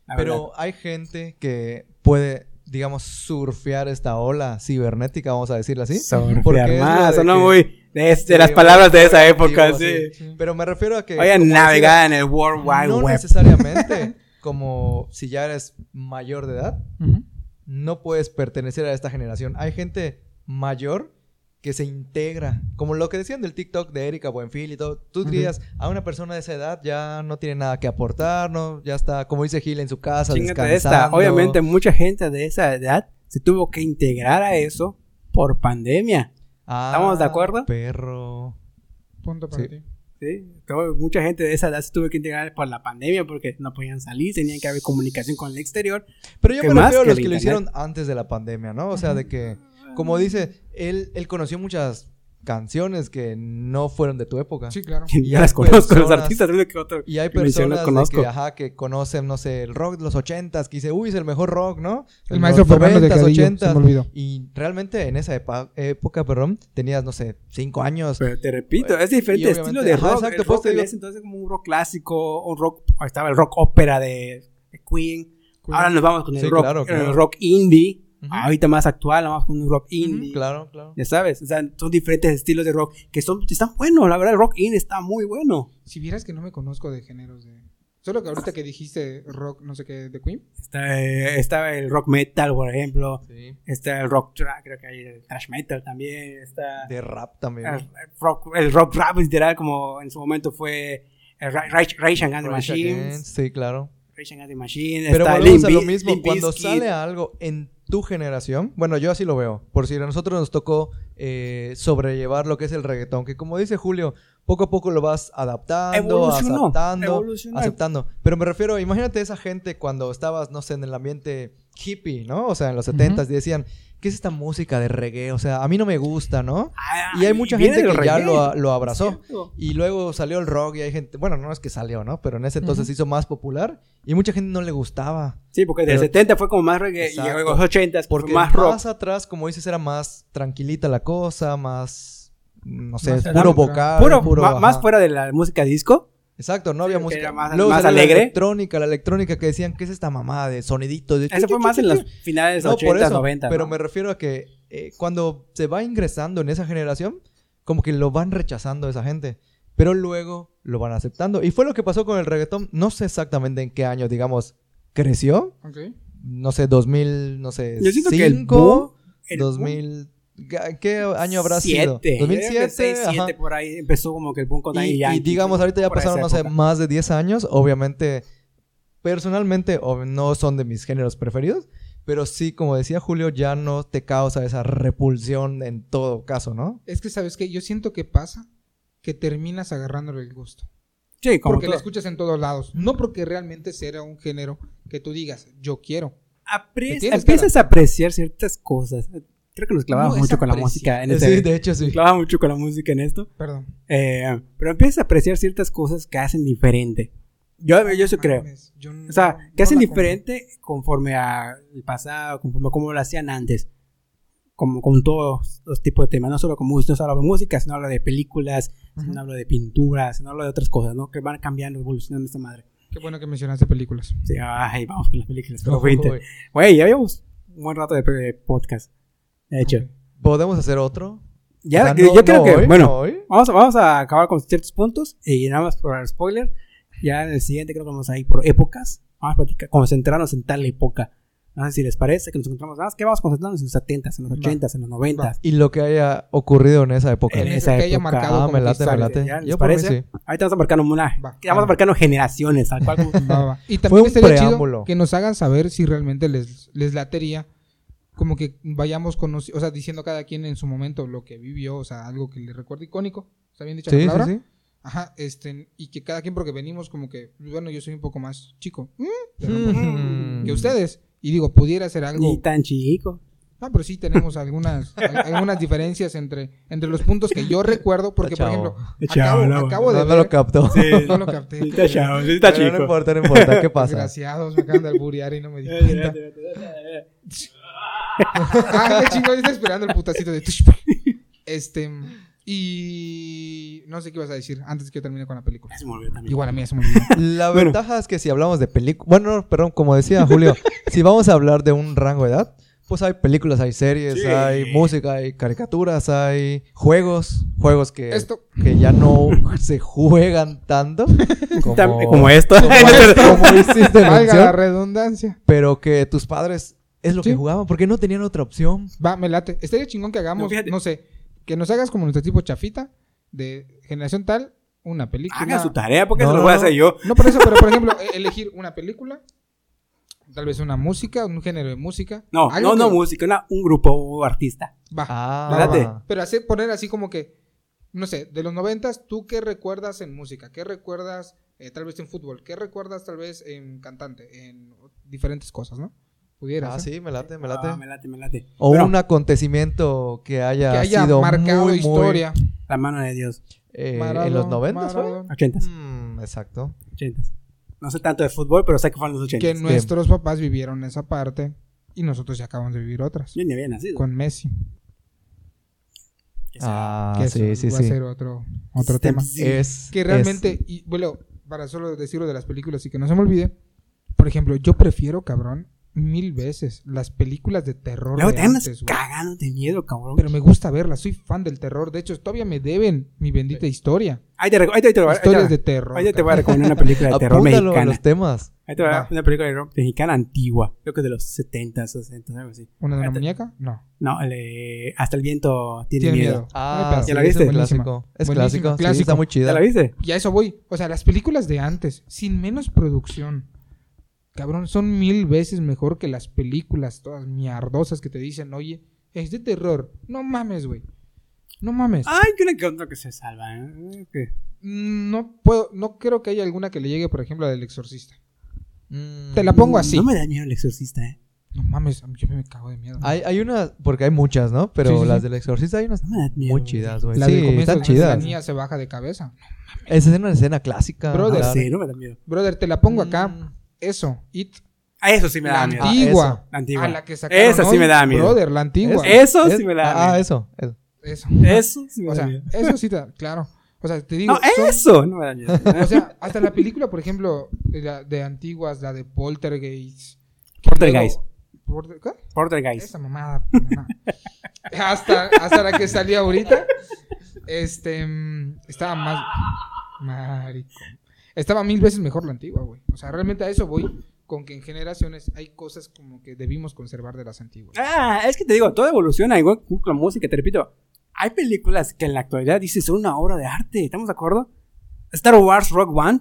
S1: la verdad.
S2: Pero hay gente que puede, digamos, surfear esta ola cibernética, vamos a decirla así.
S1: Surfear
S2: Porque es lo
S1: más,
S2: de
S1: sonó
S2: que-
S1: muy de, este,
S2: Sí,
S1: las
S2: muy
S1: palabras de esa
S2: creativo,
S1: época,
S2: así.
S1: sí.
S2: Pero me refiero a que.
S1: Oigan,
S2: como
S1: navegada en el World
S2: decía,
S1: Wide
S2: No
S1: Web.
S2: necesariamente, como si ya eres mayor de edad,
S3: Ujú.
S2: no puedes pertenecer a esta generación. Hay gente mayor que se integra. Como lo que decían del TikTok de Erika Buenfil y todo. Tú
S3: Ujú.
S2: dirías, a una persona de esa edad ya no tiene nada que aportar, no, ya está, como dice Gil, en su casa,
S1: Chíngate
S2: descansando.
S1: esta. Obviamente, mucha gente de esa edad se tuvo que integrar a eso por pandemia.
S2: Ah,
S1: ¿Estamos de acuerdo?
S2: Perro.
S3: Punto para
S2: Sí.
S3: ti.
S1: ¿sí? Todo- Mucha gente de esa edad se tuvo que integrar por la pandemia porque no podían salir, tenían que haber comunicación con el exterior.
S2: Pero yo
S1: ¿Qué
S2: me
S1: más
S2: refiero a
S1: que eh?
S2: los
S1: el
S2: que lo
S1: internet?
S2: hicieron antes de la pandemia, ¿no? O sea, de que, como dice, él, él conoció muchas canciones que no fueron de tu época.
S3: Sí, claro.
S1: Y ya
S2: hay
S1: las conozco, los
S2: personas-
S1: artistas, uno que otro.
S2: Y hay
S1: que menciono,
S2: personas de
S1: conozco.
S2: que, ajá, que conocen, no sé, el rock de los ochentas, que dice, uy, es el mejor rock, ¿no?
S3: El maestro
S2: Los
S3: Fernando de
S2: noventas,
S3: Cadillo, se me olvidó.
S2: Y realmente en esa epa- época, perdón, tenías, no sé, cinco años.
S1: Pero te repito, es
S2: pues, Y
S1: diferente
S2: obviamente-
S1: estilo de
S2: ajá,
S1: rock.
S2: exacto,
S1: el
S2: pues,
S1: rock
S2: te
S1: en
S2: digo-
S1: ese entonces como un rock clásico, un rock, ahí estaba el rock ópera de, de Queen. Ahora nos vamos con el,
S2: Sí,
S1: rock,
S2: claro, claro.
S1: el rock indie.
S2: Ujú.
S1: Ahorita más actual, vamos con un rock indie.
S2: Ujú, Claro, claro.
S1: Ya sabes, o sea, son diferentes estilos de rock que son, están buenos, la verdad, el rock indie está muy bueno.
S3: Si vieras que no me conozco de géneros de. Solo que ahorita que dijiste rock, no sé qué, de Queen.
S1: Está, eh, está el rock metal, por ejemplo,
S2: Sí.
S1: está el rock track, creo que hay el thrash metal también, está
S2: De rap también.
S1: el rock, el rock rap literal como en su momento fue el Ra- Ra- Rage Against the
S2: Rage
S1: Machine,
S2: Against, Sí, claro.
S1: Rage Against the Machine,
S2: Pero
S1: está
S2: volvemos a
S1: Limp
S2: lo
S1: Biz-
S2: mismo,
S1: Limp
S2: cuando
S1: Bizkit.
S2: sale algo en tu generación, bueno, yo así lo veo, por si a nosotros nos tocó eh, sobrellevar lo que es el reggaetón, que como dice Julio, poco a poco lo vas adaptando,
S1: Evolucionó,
S2: aceptando,
S1: evolucionó.
S2: aceptando. Pero me refiero, imagínate esa gente cuando estabas, no sé, en el ambiente hippie, ¿no? O sea, en los 70s y decían, ¿qué es esta música de reggae? O sea, a mí no me gusta, ¿no?
S1: Ah,
S2: Y hay mucha
S1: viene
S2: gente que
S1: del
S2: ya
S1: reggae,
S2: lo, a- lo abrazó.
S1: ¿cierto?
S2: Y luego salió el rock y hay gente, bueno, no es que salió, ¿no? Pero en ese entonces se hizo más popular y mucha gente no le gustaba.
S1: Sí, porque del
S2: Pero-
S1: 70 fue como más reggae y
S2: Exacto.
S1: luego los 80 fue
S2: Porque
S1: más
S2: más,
S1: rock.
S2: atrás, como dices, era más tranquilita la cosa, más no sé,
S3: Más
S2: puro
S3: electrónica.
S2: vocal,
S1: Puro,
S2: puro,
S1: ma-
S2: ajá.
S1: más fuera de la música disco.
S2: Exacto, no había
S1: que
S2: música.
S1: era más-
S2: Luego
S1: más
S2: salió
S1: alegre.
S2: La electrónica, la electrónica que decían, ¿qué es esta mamada de sonidito? De
S1: Eso fue más en los finales
S2: No, por
S1: 80,
S2: eso,
S1: 90.
S2: Pero
S1: ¿no?
S2: me refiero a que eh, cuando se va ingresando en esa generación, como que lo van rechazando esa gente. Pero luego lo van aceptando. Y fue lo que pasó con el reggaetón. No sé exactamente en qué año, digamos, creció.
S3: Ok.
S2: No sé, 2000, no sé,
S1: Yo siento que el boom-
S2: 2005,
S1: El-
S2: 2000... ga- ¿Qué año habrá sido?
S1: Siete. Yo creo que
S2: 2007,
S1: seis,
S2: ajá.
S1: siete, por ahí empezó como que el boom con Daddy
S2: Y, y
S1: Yankee,
S2: digamos, ahorita ya
S1: por esa
S2: pasaron, no sé,
S1: época.
S2: más de 10 años. Obviamente, personalmente, o- no son de mis géneros preferidos. Pero sí, como decía Julio, ya no te causa esa repulsión en todo caso, ¿no?
S3: Es que, ¿sabes qué? Yo siento que pasa que terminas agarrándole el gusto.
S1: Sí, como
S3: porque
S1: todo.
S3: lo escuchas en todos lados. No porque realmente sea un género que tú digas, yo quiero.
S1: Apre-
S3: Te tienes
S1: empiezas a apreciar ciertas cosas. Creo que nos clavamos
S3: No, es
S1: mucho con la
S3: apreciar.
S1: música en
S2: Eh,
S1: este.
S2: Sí, de hecho, sí.
S1: clavamos mucho con la música en esto.
S3: Perdón.
S1: Eh, pero empiezas a apreciar ciertas cosas que hacen diferente. Yo, yo eso creo.
S3: Mames, yo no-
S1: O sea,
S3: no
S1: que hacen
S3: la
S1: diferente conforme al pasado, conforme a cómo lo hacían antes. Como con todos los tipos de temas, no solo con música, no solo hablo de música, sino hablo de películas,
S3: Ujú.
S1: no hablo de pinturas, no hablo de otras cosas, ¿no? Que van cambiando, evolucionando esta madre.
S3: comprendo. Qué bueno que mencionaste películas.
S1: Sí, ay, vamos con las películas. pero
S2: Ojo,
S1: fuiste.
S2: güey.
S1: Güey, ya llevamos un buen rato de, de podcast. De hecho,
S3: Ok.
S2: ¿Podemos hacer otro?
S1: ya,
S2: O sea,
S1: yo
S2: no-
S1: creo
S2: no
S1: que,
S2: hoy,
S1: bueno,
S2: no hoy.
S1: vamos, a- vamos a acabar con ciertos puntos y nada más por el spoiler. Ya en el siguiente creo que vamos a ir por épocas. Vamos a platicar, concentrarnos en tal época. No sé si les parece que nos encontramos más. Que vamos concentrarnos en los 70s, en los
S3: Va.
S1: 80s, en los 90s.
S2: Y lo que haya ocurrido en esa época.
S1: En
S3: Eso
S1: esa
S3: que haya
S1: época.
S3: marcado
S2: Ah,
S3: como
S2: me late, me
S3: historia.
S2: late.
S1: ¿Ya les
S2: Yo por mí
S1: parece?
S2: sí.
S1: Ahorita vamos a marcarnos una.
S3: Va.
S1: Vamos a marcarnos generaciones, tal cual como-
S3: Va, va. Y también
S2: un
S3: estaría
S2: preámbulo.
S3: chido que nos hagan saber si realmente les, les latería. Como que vayamos conoci- o sea, diciendo cada quien en su momento lo que vivió, o sea, algo que le recuerde icónico. ¿Está bien dicha la
S2: Sí, sí,
S3: palabra?
S2: sí.
S3: Ajá, este, y que cada quien, porque venimos como que, pues, bueno, yo soy un poco más chico ¿m?
S2: Mm.
S3: que ustedes. Y digo, pudiera ser algo.
S1: Ni tan chico.
S3: No, pero sí tenemos algunas, al- algunas diferencias entre, entre los puntos que yo recuerdo, porque por
S2: Chao.
S3: ejemplo,
S1: Chao,
S3: acabo,
S1: no,
S3: acabo de
S2: No,
S3: ver,
S2: no lo captó.
S3: no lo capté.
S1: Ni tan chavo, ni tan
S2: Pero No
S1: chico.
S2: importa, no importa. ¿Qué pasa?
S3: Desgraciados, me acaban de alburear y no me di
S1: Eh,
S3: cuenta.
S1: eh, eh, eh, eh.
S3: ah, qué chingón, yo estaba esperando el putacito de Este, y no sé qué ibas a decir antes que yo termine con la película.
S1: Se me olvidó también.
S3: Igual a mí eso me olvidó.
S2: La
S1: Bueno.
S2: ventaja es que si hablamos de películas, bueno, no, perdón, como decía Julio, si vamos a hablar de un rango de edad, pues hay películas, hay series,
S1: Sí.
S2: hay música, hay caricaturas, hay juegos, juegos que,
S3: Esto.
S2: que ya no se juegan tanto como,
S1: Tam- Como esto.
S3: este.
S2: como hiciste
S3: Valga la
S2: mención,
S3: redundancia.
S2: pero que tus padres es lo que
S3: Sí.
S2: jugaban porque no tenían otra opción.
S3: Va, me late. Estaría chingón que hagamos,
S1: No,
S3: no,
S1: fíjate.
S3: sé, que nos hagas como nuestro tipo chafita de generación tal, una película.
S1: Hagan su tarea porque
S2: No,
S1: se lo
S2: no,
S1: voy a
S2: no.
S1: hacer yo.
S3: No por eso, pero por ejemplo, e- elegir una película, tal vez una música, un género de música.
S1: No,
S3: algo
S1: no, no
S3: que-
S1: música, una- un grupo o artista.
S3: Va,
S2: Ah,
S1: espérate.
S3: pero hacer, poner así como que, no sé, de los noventas, ¿tú qué recuerdas en música? ¿Qué recuerdas eh, tal vez en fútbol? ¿Qué recuerdas tal vez en cantante? En diferentes cosas, ¿no? ¿eh? Pudiera
S2: Ah,
S3: ser.
S2: sí, me late, me late.
S1: Ah, me late, me late.
S2: O
S1: Bueno,
S2: un acontecimiento que haya,
S3: Que haya
S2: sido
S3: marcado
S2: muy, muy,
S3: historia.
S1: La mano de Dios.
S2: eh, en
S3: Maradona,
S2: los 90 fue.
S3: Maradona.
S1: Ochentas,
S2: Mm, exacto.
S1: ochentas. No sé tanto de fútbol, pero sé que fueron los
S3: que
S1: ochentas.
S3: nuestros papás vivieron esa parte y nosotros ya acabamos de vivir otras
S1: Yo ni había nacido.
S3: con Messi.
S1: Que sea-
S2: Ah,
S3: que
S2: sí,
S3: eso
S2: sí,
S3: va a
S2: sí.
S3: ser otro, otro tema.
S1: Este, Sí.
S2: Es,
S3: Que realmente,
S2: es-
S3: y bueno, para solo decirlo de las películas y que no se me olvide, por ejemplo, yo prefiero, cabrón, mil veces las películas de terror
S1: Luego
S3: de
S1: te andas
S3: antes, güey.
S1: cagando de miedo, cabrón.
S3: Pero me gusta verlas, soy fan del terror. De hecho, todavía me deben mi bendita historia.
S1: Ahí te, reco- ahí te, ahí te, ahí te-
S3: Historias de terror.
S1: ahí te voy a
S3: cabrón.
S1: recomendar una película de terror
S2: apúntalo a
S1: mexicana.
S2: los temas.
S1: Ahí te voy a
S3: Va.
S1: una película de terror mexicana antigua. Creo que de los 70, 60, algo así.
S3: ¿Una de una
S1: Ahí te-
S3: muñeca? No.
S1: No, el, eh, hasta el viento tiene,
S3: Tiene
S1: miedo.
S3: miedo.
S2: Ah,
S1: ¿Ya la viste?
S2: Es
S3: Buenísima.
S2: clásico. Es
S3: Buenísima,
S2: clásico. sí,
S3: clásico.
S2: está muy chida.
S1: ¿Ya la viste?
S3: Y a eso voy. O sea, las películas de antes, sin menos producción, cabrón, son mil veces mejor que las películas todas miardosas que te dicen, oye, es de terror. No mames, güey. No mames.
S1: Ay, creo que otro que se salva. ¿eh? Que-
S3: No puedo, no creo que haya alguna que le llegue, por ejemplo, a la del exorcista.
S2: Mm.
S3: Te la pongo así.
S1: No
S3: No,
S1: me da miedo el exorcista, eh.
S3: mames, yo me cago de miedo.
S2: Hay, hay una, porque hay muchas, ¿no? Pero
S3: Sí, sí,
S2: las
S3: sí.
S2: del exorcista hay unas
S1: No me da miedo.
S2: muy chidas, güey.
S3: la
S2: Sí,
S3: del comienzo
S2: están
S3: de que la
S2: chidas.
S3: niña se baja de cabeza.
S2: Esa es una escena clásica.
S1: No,
S3: Brother.
S2: claro.
S1: Ah, sí, no me da miedo.
S3: Brother, te la pongo acá.
S2: Mm.
S3: Eso, it.
S1: A eso sí me
S3: La
S1: da miedo.
S2: Ah,
S3: antigua.
S1: La antigua.
S3: a la que sacaron
S1: Esa sí
S3: hoy.
S1: me da miedo.
S3: Brother, la antigua.
S1: Eso sí me da
S2: Ah,
S1: miedo.
S2: eso. eso.
S3: Eso.
S1: Eso sí me
S3: O
S1: da
S3: sea,
S1: miedo.
S3: eso sí, te- claro. O sea, te digo.
S1: No, eh.
S3: son-
S1: eso no me da miedo.
S3: O sea, hasta la película, por ejemplo, la de antiguas, la de Poltergeist.
S1: Poltergeist.
S3: Luego- Porter- ¿qué?
S1: Poltergeist.
S3: Esa mamada. mamá. hasta, hasta la que salía ahorita. Este. mm, Estaba más. Marico. Estaba mil veces mejor la antigua, güey. O sea, realmente a eso voy. Con que en generaciones hay cosas como que debimos conservar de las antiguas.
S1: Ah, es que te digo, todo evoluciona, igual con la música, te repito. Hay películas que en la actualidad dices son una obra de arte, ¿estamos de acuerdo? Star Wars Rock One,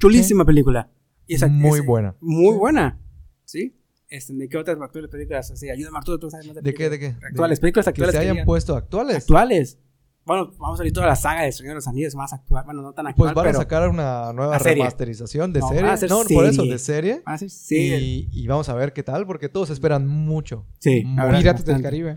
S1: chulísima película. Y esa-
S2: Muy
S1: esa-
S2: buena.
S1: Muy
S3: Sí.
S1: buena, ¿sí? Este, ¿De qué otras actuales películas así? Ayúdame, Arturo, tú sabes más
S2: ¿De qué? ¿De
S1: películas
S2: qué?
S1: Actuales,
S2: De-
S1: películas
S2: que
S1: actuales.
S2: se
S1: que
S2: hayan
S1: digan-
S2: puesto actuales.
S1: actuales. Bueno, vamos a salir toda la saga de Señor de los Anillos más actual. Bueno, no tan
S2: Pues
S1: actual,
S2: van
S1: pero...
S2: a sacar una nueva
S1: La serie.
S2: remasterización de
S1: No, van
S2: serie.
S1: a hacer
S2: No, por eso,
S1: serie.
S2: de serie.
S1: Ah, sí, sí.
S2: Y, y vamos a ver qué tal, porque todos esperan mucho.
S1: sí,
S2: Mm.
S1: la verdad,
S3: Piratas del
S1: bastante.
S3: Caribe.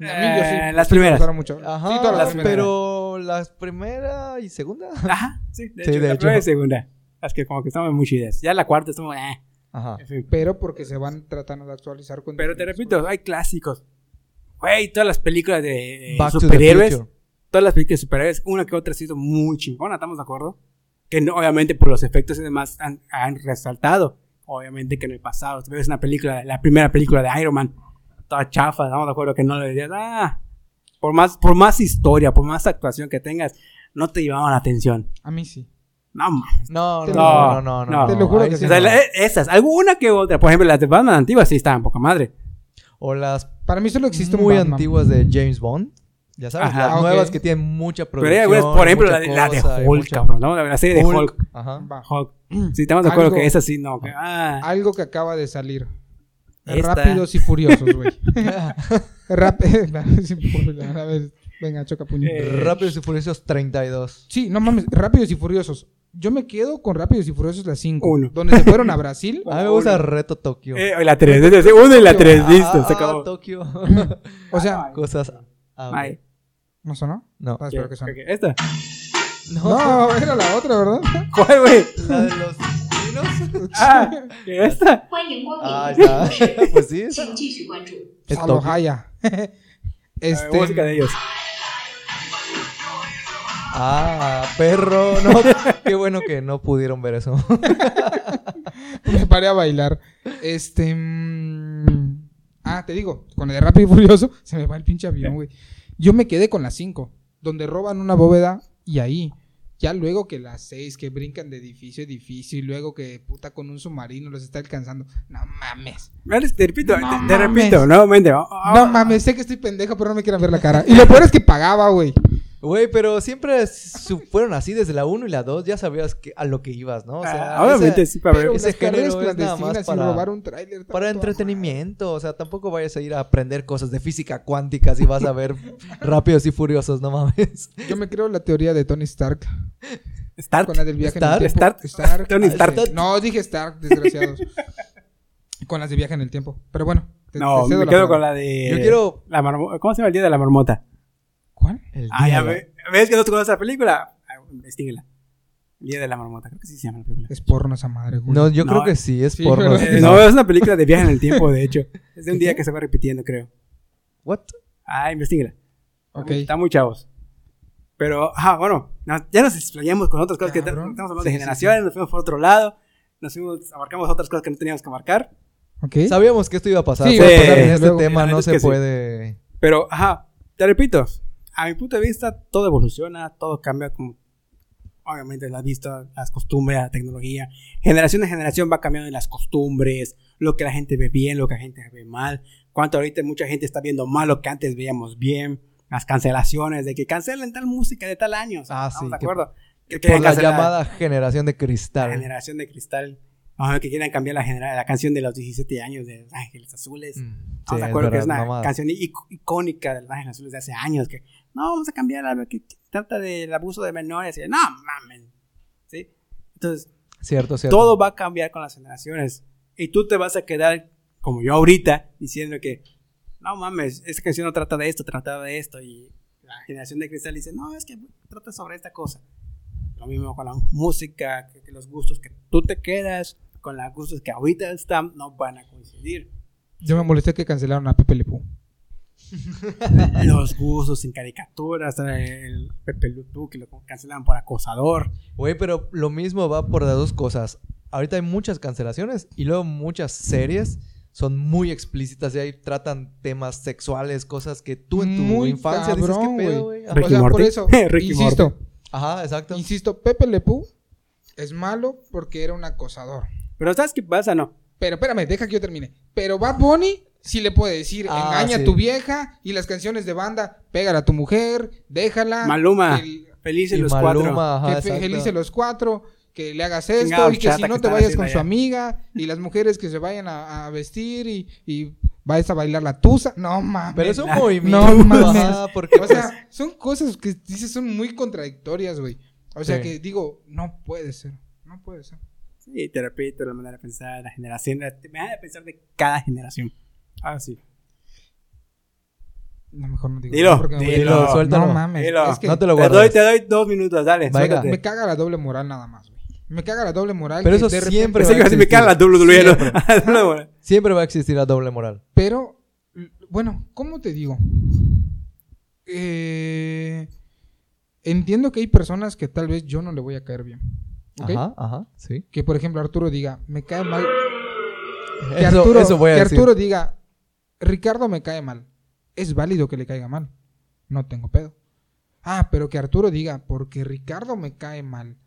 S1: Eh, las primeras.
S3: Me gustaron mucho. Sí,
S2: Ajá,
S3: todas las primeras.
S2: pero las primera y segunda.
S1: Ajá, sí, de
S2: Sí,
S1: hecho,
S2: de
S1: la
S2: hecho.
S1: primera y segunda. Las que como que estamos muy chidas. Ya la cuarta estamos... eh,
S2: Ajá.
S1: en fin.
S3: Pero porque se van tratando de actualizar con.
S1: Pero te
S3: diferentes
S1: repito, hay clásicos. Güey, todas las películas de,
S3: Este,
S1: de
S2: Back to the
S1: superhéroes,
S2: Future.
S1: todas las películas de superhéroes, una que otra ha sido muy chingona, ¿estamos de acuerdo? Que no- obviamente por los efectos y demás han, han resaltado. Obviamente que en el pasado, si ves una película, la primera película de Iron Man, toda chafa, estamos de acuerdo que no le dirías, ah, por más, por más historia, por más actuación que tengas, no te llevaban la atención.
S3: A mí sí.
S1: No, mames.
S2: No,
S3: Te
S2: no,
S1: lo-
S2: no, no, no,
S1: no.
S3: Te lo juro
S2: ahí
S3: que
S2: sí
S1: O
S3: sí.
S1: sea,
S2: no.
S1: la- e, esas, alguna que otra. Por ejemplo, las de Batman antiguas sí estaban poca madre.
S2: O las
S3: Para mí solo existe un
S2: muy
S3: Batman.
S2: antiguas de James Bond. Ya sabes,
S1: Ajá.
S2: las
S3: Ah, ok.
S2: nuevas que tienen mucha
S1: Pero
S2: producción.
S1: hay algunas, por ejemplo, la
S2: mucha
S1: de, la de
S2: cosa y
S1: Hulk,
S2: mucha-
S1: cabrón, ¿no? La, la serie de Hulk.
S2: Ajá.
S3: Va.
S1: Hulk. Sí, estamos de acuerdo
S3: Algo-
S1: que esa sí, no. que- ah,
S3: Algo que acaba de salir.
S1: Esta.
S3: Rápidos y furiosos, güey. Rap- A ver, venga, choca puño.
S1: Eh.
S2: Rápidos y Furiosos 32.
S3: Sí, no mames, Rápidos y Furiosos. Yo me quedo con Rápidos y Furiosos las 5.
S1: Uno.
S3: Donde se fueron a Brasil.
S2: A mí me gusta Reto Tokio.
S1: eh, la 3, entonces, uno y la 3,
S2: Ah,
S1: listo, se
S2: ah,
S1: acabó.
S2: Tokio.
S3: O sea,
S2: Cosas. ah, ok.
S1: Ay,
S3: ¿no sonó?
S2: No.
S3: Ah, espero que
S1: ok,
S3: suene.
S1: ¿Esta?
S3: No, era la otra, ¿verdad?
S1: ¿Cuál, güey?
S2: La de los chinos.
S1: Ah, ¿que ¿esta?
S4: 欢迎光
S2: Ah,
S4: 临
S2: ahí
S4: 本直播
S2: está.
S4: 室，
S2: Pues sí. Es
S4: 请继续关注。
S2: es Tokio.
S3: Salohaya.
S1: A ver, música de
S3: este,
S1: ellos.
S2: Ah, perro. No. Qué bueno que no pudieron ver eso.
S3: me paré a bailar. Este. mm, ah, te digo, con el de Rápido y Furioso se me va el pinche avión, güey. Yo me quedé con las 5. Donde roban una bóveda y ahí. Ya luego que las 6, que brincan de edificio a edificio y luego que puta con un submarino los está alcanzando. No mames.
S1: Vale, Te repito,
S3: No
S1: te, te
S3: mames.
S1: repito, nuevamente. ah, ah,
S3: No mames, sé que estoy pendejo, pero no me quieran ver la cara. Y lo peor es que pagaba, güey.
S2: Güey, pero siempre su- fueron así desde la 1 y la 2. Ya sabías que, a lo que ibas, ¿no? O sea,
S1: ah, obviamente
S2: esa-
S1: sí, para
S2: pero-
S1: ver.
S2: ese
S3: Las carreras
S2: género es nada más
S3: clandestinas y
S2: para-
S3: robar un tráiler.
S2: Para
S3: tanto,
S2: entretenimiento, o sea, tampoco vayas a ir a aprender cosas de física cuántica si vas a ver rápidos y furiosos, no mames.
S3: amor. Yo me creo la teoría de Tony Stark.
S1: Start.
S3: Con la del viaje
S2: Stark,
S3: en el tiempo.
S1: Stark, Tony
S3: ah,
S1: Stark.
S3: sí. No, dije Stark, desgraciados. con las de viaje en el tiempo. Pero bueno. te-
S1: No,
S3: te cedo
S1: me quedo con
S3: palabra.
S1: la de.
S2: Yo quiero.
S1: La marmo- ¿Cómo se llama el día de la marmota?
S3: ¿Cuál?
S2: el
S1: Ah, ya
S2: diablo.
S1: ve- ves que no te conoces la película. Ah, Investíguela. El día de la marmota, creo que sí se llama la película.
S3: Es porno esa madre, güey.
S2: No, yo
S1: No,
S2: creo que sí, es
S3: sí,
S2: porno.
S3: pero-
S1: Eh, no, es una película de viaje en el tiempo, de hecho. Es de un día que se va repitiendo, creo.
S2: What?
S1: Ah, investíguela.
S3: ok.
S1: Está muy chavos. Pero, ah, bueno, no- ya nos explayamos con otras cosas que
S3: Cabrón.
S1: estamos hablando
S3: Sí,
S1: de
S3: sí,
S1: generaciones, nos fuimos por otro lado, nos fuimos, abarcamos otras cosas que no teníamos que abarcar.
S3: Ok.
S2: Sabíamos que esto iba a pasar.
S3: Sí,
S2: pero
S1: sí,
S2: en
S3: desde
S2: este
S3: luego.
S2: tema
S1: La neta
S2: no
S1: es
S2: se
S1: que sí.
S2: puede.
S1: Pero, ajá, te repito, a mi punto de vista, todo evoluciona, todo cambia como, obviamente, las vistas, las costumbres, la tecnología. Generación en generación va cambiando las costumbres, lo que la gente ve bien, lo que la gente ve mal. Cuánto ahorita mucha gente está viendo mal lo que antes veíamos bien. Las cancelaciones de que cancelen tal música de tal año. o sea,
S2: Ah,
S1: ¿estamos
S2: sí,
S1: de
S2: que-
S1: acuerdo? Que,
S2: Por
S1: quieran
S2: la
S1: cancelar
S2: llamada generación de
S1: la
S2: cristal.
S1: generación de cristal. Ajá, que quieran cambiar la, genera- la canción de los 17 años de Los Ángeles Azules.
S2: Mm, sí,
S1: Estamos de acuerdo que es
S2: verdad,
S1: una
S2: mamada.
S1: canción ic- icónica de los Ángeles Azules de hace años. Que no, vamos a cambiar la que trata del abuso de menores. Y, no, mamen. ¿Sí? Entonces,
S2: Cierto, cierto.
S1: todo va a cambiar con las generaciones. Y tú te vas a quedar, como yo ahorita, diciendo que no mames, esa canción no trata de esto, trata de esto. Y la generación de cristal dice, no, es que trata sobre esta cosa. Lo mismo con la música, que, que los gustos que tú te quedas, con los gustos que ahorita están, no van a coincidir.
S3: Yo me molesté que cancelaron a Pepe Le Pew.
S1: los gustos en caricaturas, el Pepe Lutú que lo cancelaban por acosador.
S2: Güey, pero lo mismo va por las dos cosas. Ahorita hay muchas cancelaciones y luego muchas series son muy explícitas y ahí tratan temas sexuales, cosas que tú en tu
S3: Muy
S2: infancia
S3: cabrón,
S2: dices, ¿qué pedo,
S3: güey.
S2: güey?
S3: O
S1: Ricky
S3: sea, por
S1: Morty.
S3: eso,
S1: Ricky
S3: insisto,
S2: Ajá, exacto.
S3: insisto, Pepe Lepú es malo porque era un acosador.
S1: Pero ¿sabes qué pasa? No.
S3: Pero espérame, deja que yo termine. Pero Bad Bunny sí le puede decir,
S2: Ah,
S3: engaña
S2: sí.
S3: a tu vieja y las canciones de banda, pégala a tu mujer, déjala.
S1: Maluma.
S3: que-
S1: Felices
S2: Y
S1: los cuatro.
S2: Maluma, ajá,
S3: que fe-
S2: exacto.
S3: felices los cuatro, que le hagas esto
S1: Chingado
S3: y que si
S1: chata que
S3: no te
S1: están
S3: vayas
S1: haciendo
S3: con su
S1: allá.
S3: amiga y las mujeres que se vayan a, a vestir y, y vayas a bailar la tusa. No mames.
S2: Pero es un
S1: No
S2: movimiento.
S3: mames.
S2: ajá, porque
S3: O
S2: pues,
S3: sea, son cosas que dices son muy contradictorias, güey. O sea
S2: Sí.
S3: que digo, no puede ser, no puede ser.
S1: Sí, te repito, la manera de pensar, la generación. la- Me da de pensar de cada generación. Ah, sí.
S3: No, mejor no digo.
S1: Dilo,
S3: nada porque me voy a-
S2: dilo, suéltalo.
S3: No mames.
S1: Dilo.
S3: Es que
S2: no te
S1: Te
S2: lo guardes.
S1: doy, te doy dos minutos, dale,
S2: Venga.
S1: suéltate.
S3: me caga la doble moral nada más, güey. Me caga la doble moral.
S2: Pero
S3: que
S2: eso
S3: de repente-
S2: siempre,
S1: Pensé que
S2: va a
S1: iba a decir, me
S2: existir.
S1: caga la doble, doble,
S2: Siempre.
S1: ¿no? No, bueno.
S2: Siempre va a existir la doble moral.
S3: Pero, l- bueno, ¿cómo te digo? Eh, entiendo que hay personas que tal vez yo no le voy a caer bien. ¿ok?
S2: Ajá, ajá, sí.
S3: Que por ejemplo Arturo diga, me cae mal. Que
S2: Eso,
S3: Arturo,
S2: eso voy a
S3: que
S2: decir.
S3: Arturo diga, Ricardo me cae mal. Es válido que le caiga mal. No tengo pedo. Ah, pero que Arturo diga, porque Ricardo me cae mal.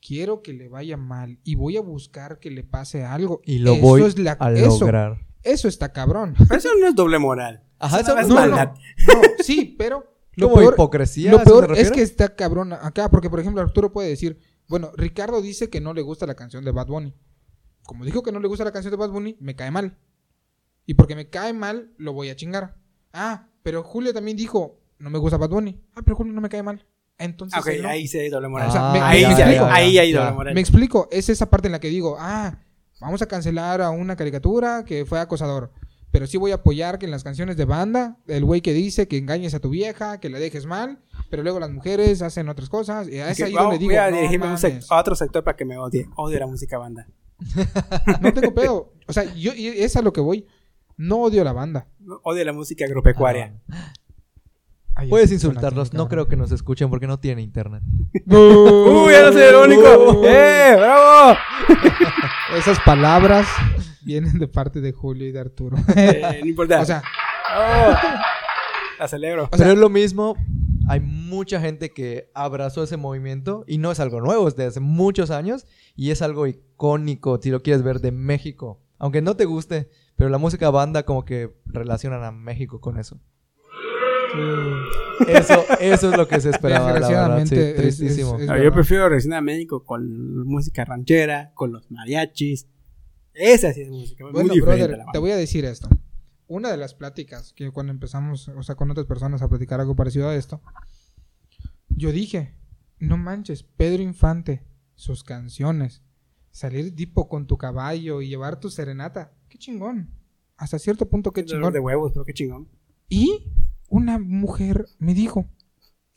S3: Quiero que le vaya mal y voy a buscar que le pase algo.
S2: Y lo
S3: Eso
S2: voy
S3: es la-
S2: a
S3: eso-
S2: lograr.
S3: eso está cabrón.
S1: Pero eso no es doble moral.
S2: Ajá, eso
S1: no es
S2: no,
S3: no,
S1: maldad.
S3: no, no, sí, pero lo
S2: Como
S3: peor,
S2: hipocresía.
S3: lo
S2: ¿a eso
S3: peor
S2: se
S3: es
S2: refiere?
S3: que está cabrón acá, porque por ejemplo Arturo puede decir, bueno, Ricardo dice que no le gusta la canción de Bad Bunny. Como dijo que no le gusta la canción de Bad Bunny, me cae mal. Y porque me cae mal, lo voy a chingar. Ah, pero Julio también dijo, no me gusta Bad Bunny. Ah, pero Julio no me cae mal. Entonces,
S1: Ah, ok,
S3: él no.
S1: ahí sí hay doble moral.
S3: o sea, me-
S1: ahí,
S3: me
S1: sí hay-
S3: explico.
S1: ahí hay
S2: Ah, ya.
S1: doble moral.
S3: me explico, es esa parte en la que digo, ah, vamos a cancelar a una caricatura que fue acosador. Pero sí voy a apoyar que en las canciones de banda, el güey que dice que engañes a tu vieja, que la dejes mal, pero luego las mujeres hacen otras cosas. Y a
S1: Que
S3: esa ahí
S1: vamos-
S3: donde digo,
S1: voy a
S3: no,
S1: dirigirme a, un sec-
S3: mames,
S1: a otro sector para que me odie. Odio la música banda.
S3: no tengo pedo. O sea, yo y es a lo que voy. No odio la banda.
S1: Odio la música agropecuaria.
S3: Ay,
S2: Puedes
S3: así suena
S2: insultarlos, no
S3: técnica,
S2: creo que nos escuchen porque no tienen internet.
S3: ¿no?
S1: ¡Uy, ya no soy el único!
S3: Uh,
S1: ¡Eh, bravo!
S3: Esas palabras vienen de parte de Julio y de Arturo.
S1: Eh, no importa.
S3: o sea,
S1: Oh, la celebro.
S3: O
S2: Pero
S3: sea-
S2: es lo mismo. Hay mucha gente que abrazó ese movimiento y no es algo nuevo, es de hace muchos años y es algo icónico, si lo quieres ver, de México. Aunque no te guste, pero la música banda como que relacionan a México con eso. Eso, eso es lo que se esperaba, la verdad. Sí,
S3: Desgraciadamente, es- es-
S2: tristísimo.
S3: es-
S1: Ah, yo
S3: verdad.
S1: prefiero regresar a México con música ranchera, con los mariachis. Esa sí es música. muy
S3: Bueno,
S1: diferente
S3: brother,
S1: a la banda.
S3: te voy a decir esto. Una de las pláticas que cuando empezamos, o sea, con otras personas a platicar algo parecido a esto, yo dije, no manches, Pedro Infante, sus canciones, salir tipo con tu caballo y llevar tu serenata, qué chingón. Hasta cierto punto, qué
S1: Qué dolor
S3: chingón.
S1: de huevos, pero qué chingón.
S3: Y una mujer me dijo,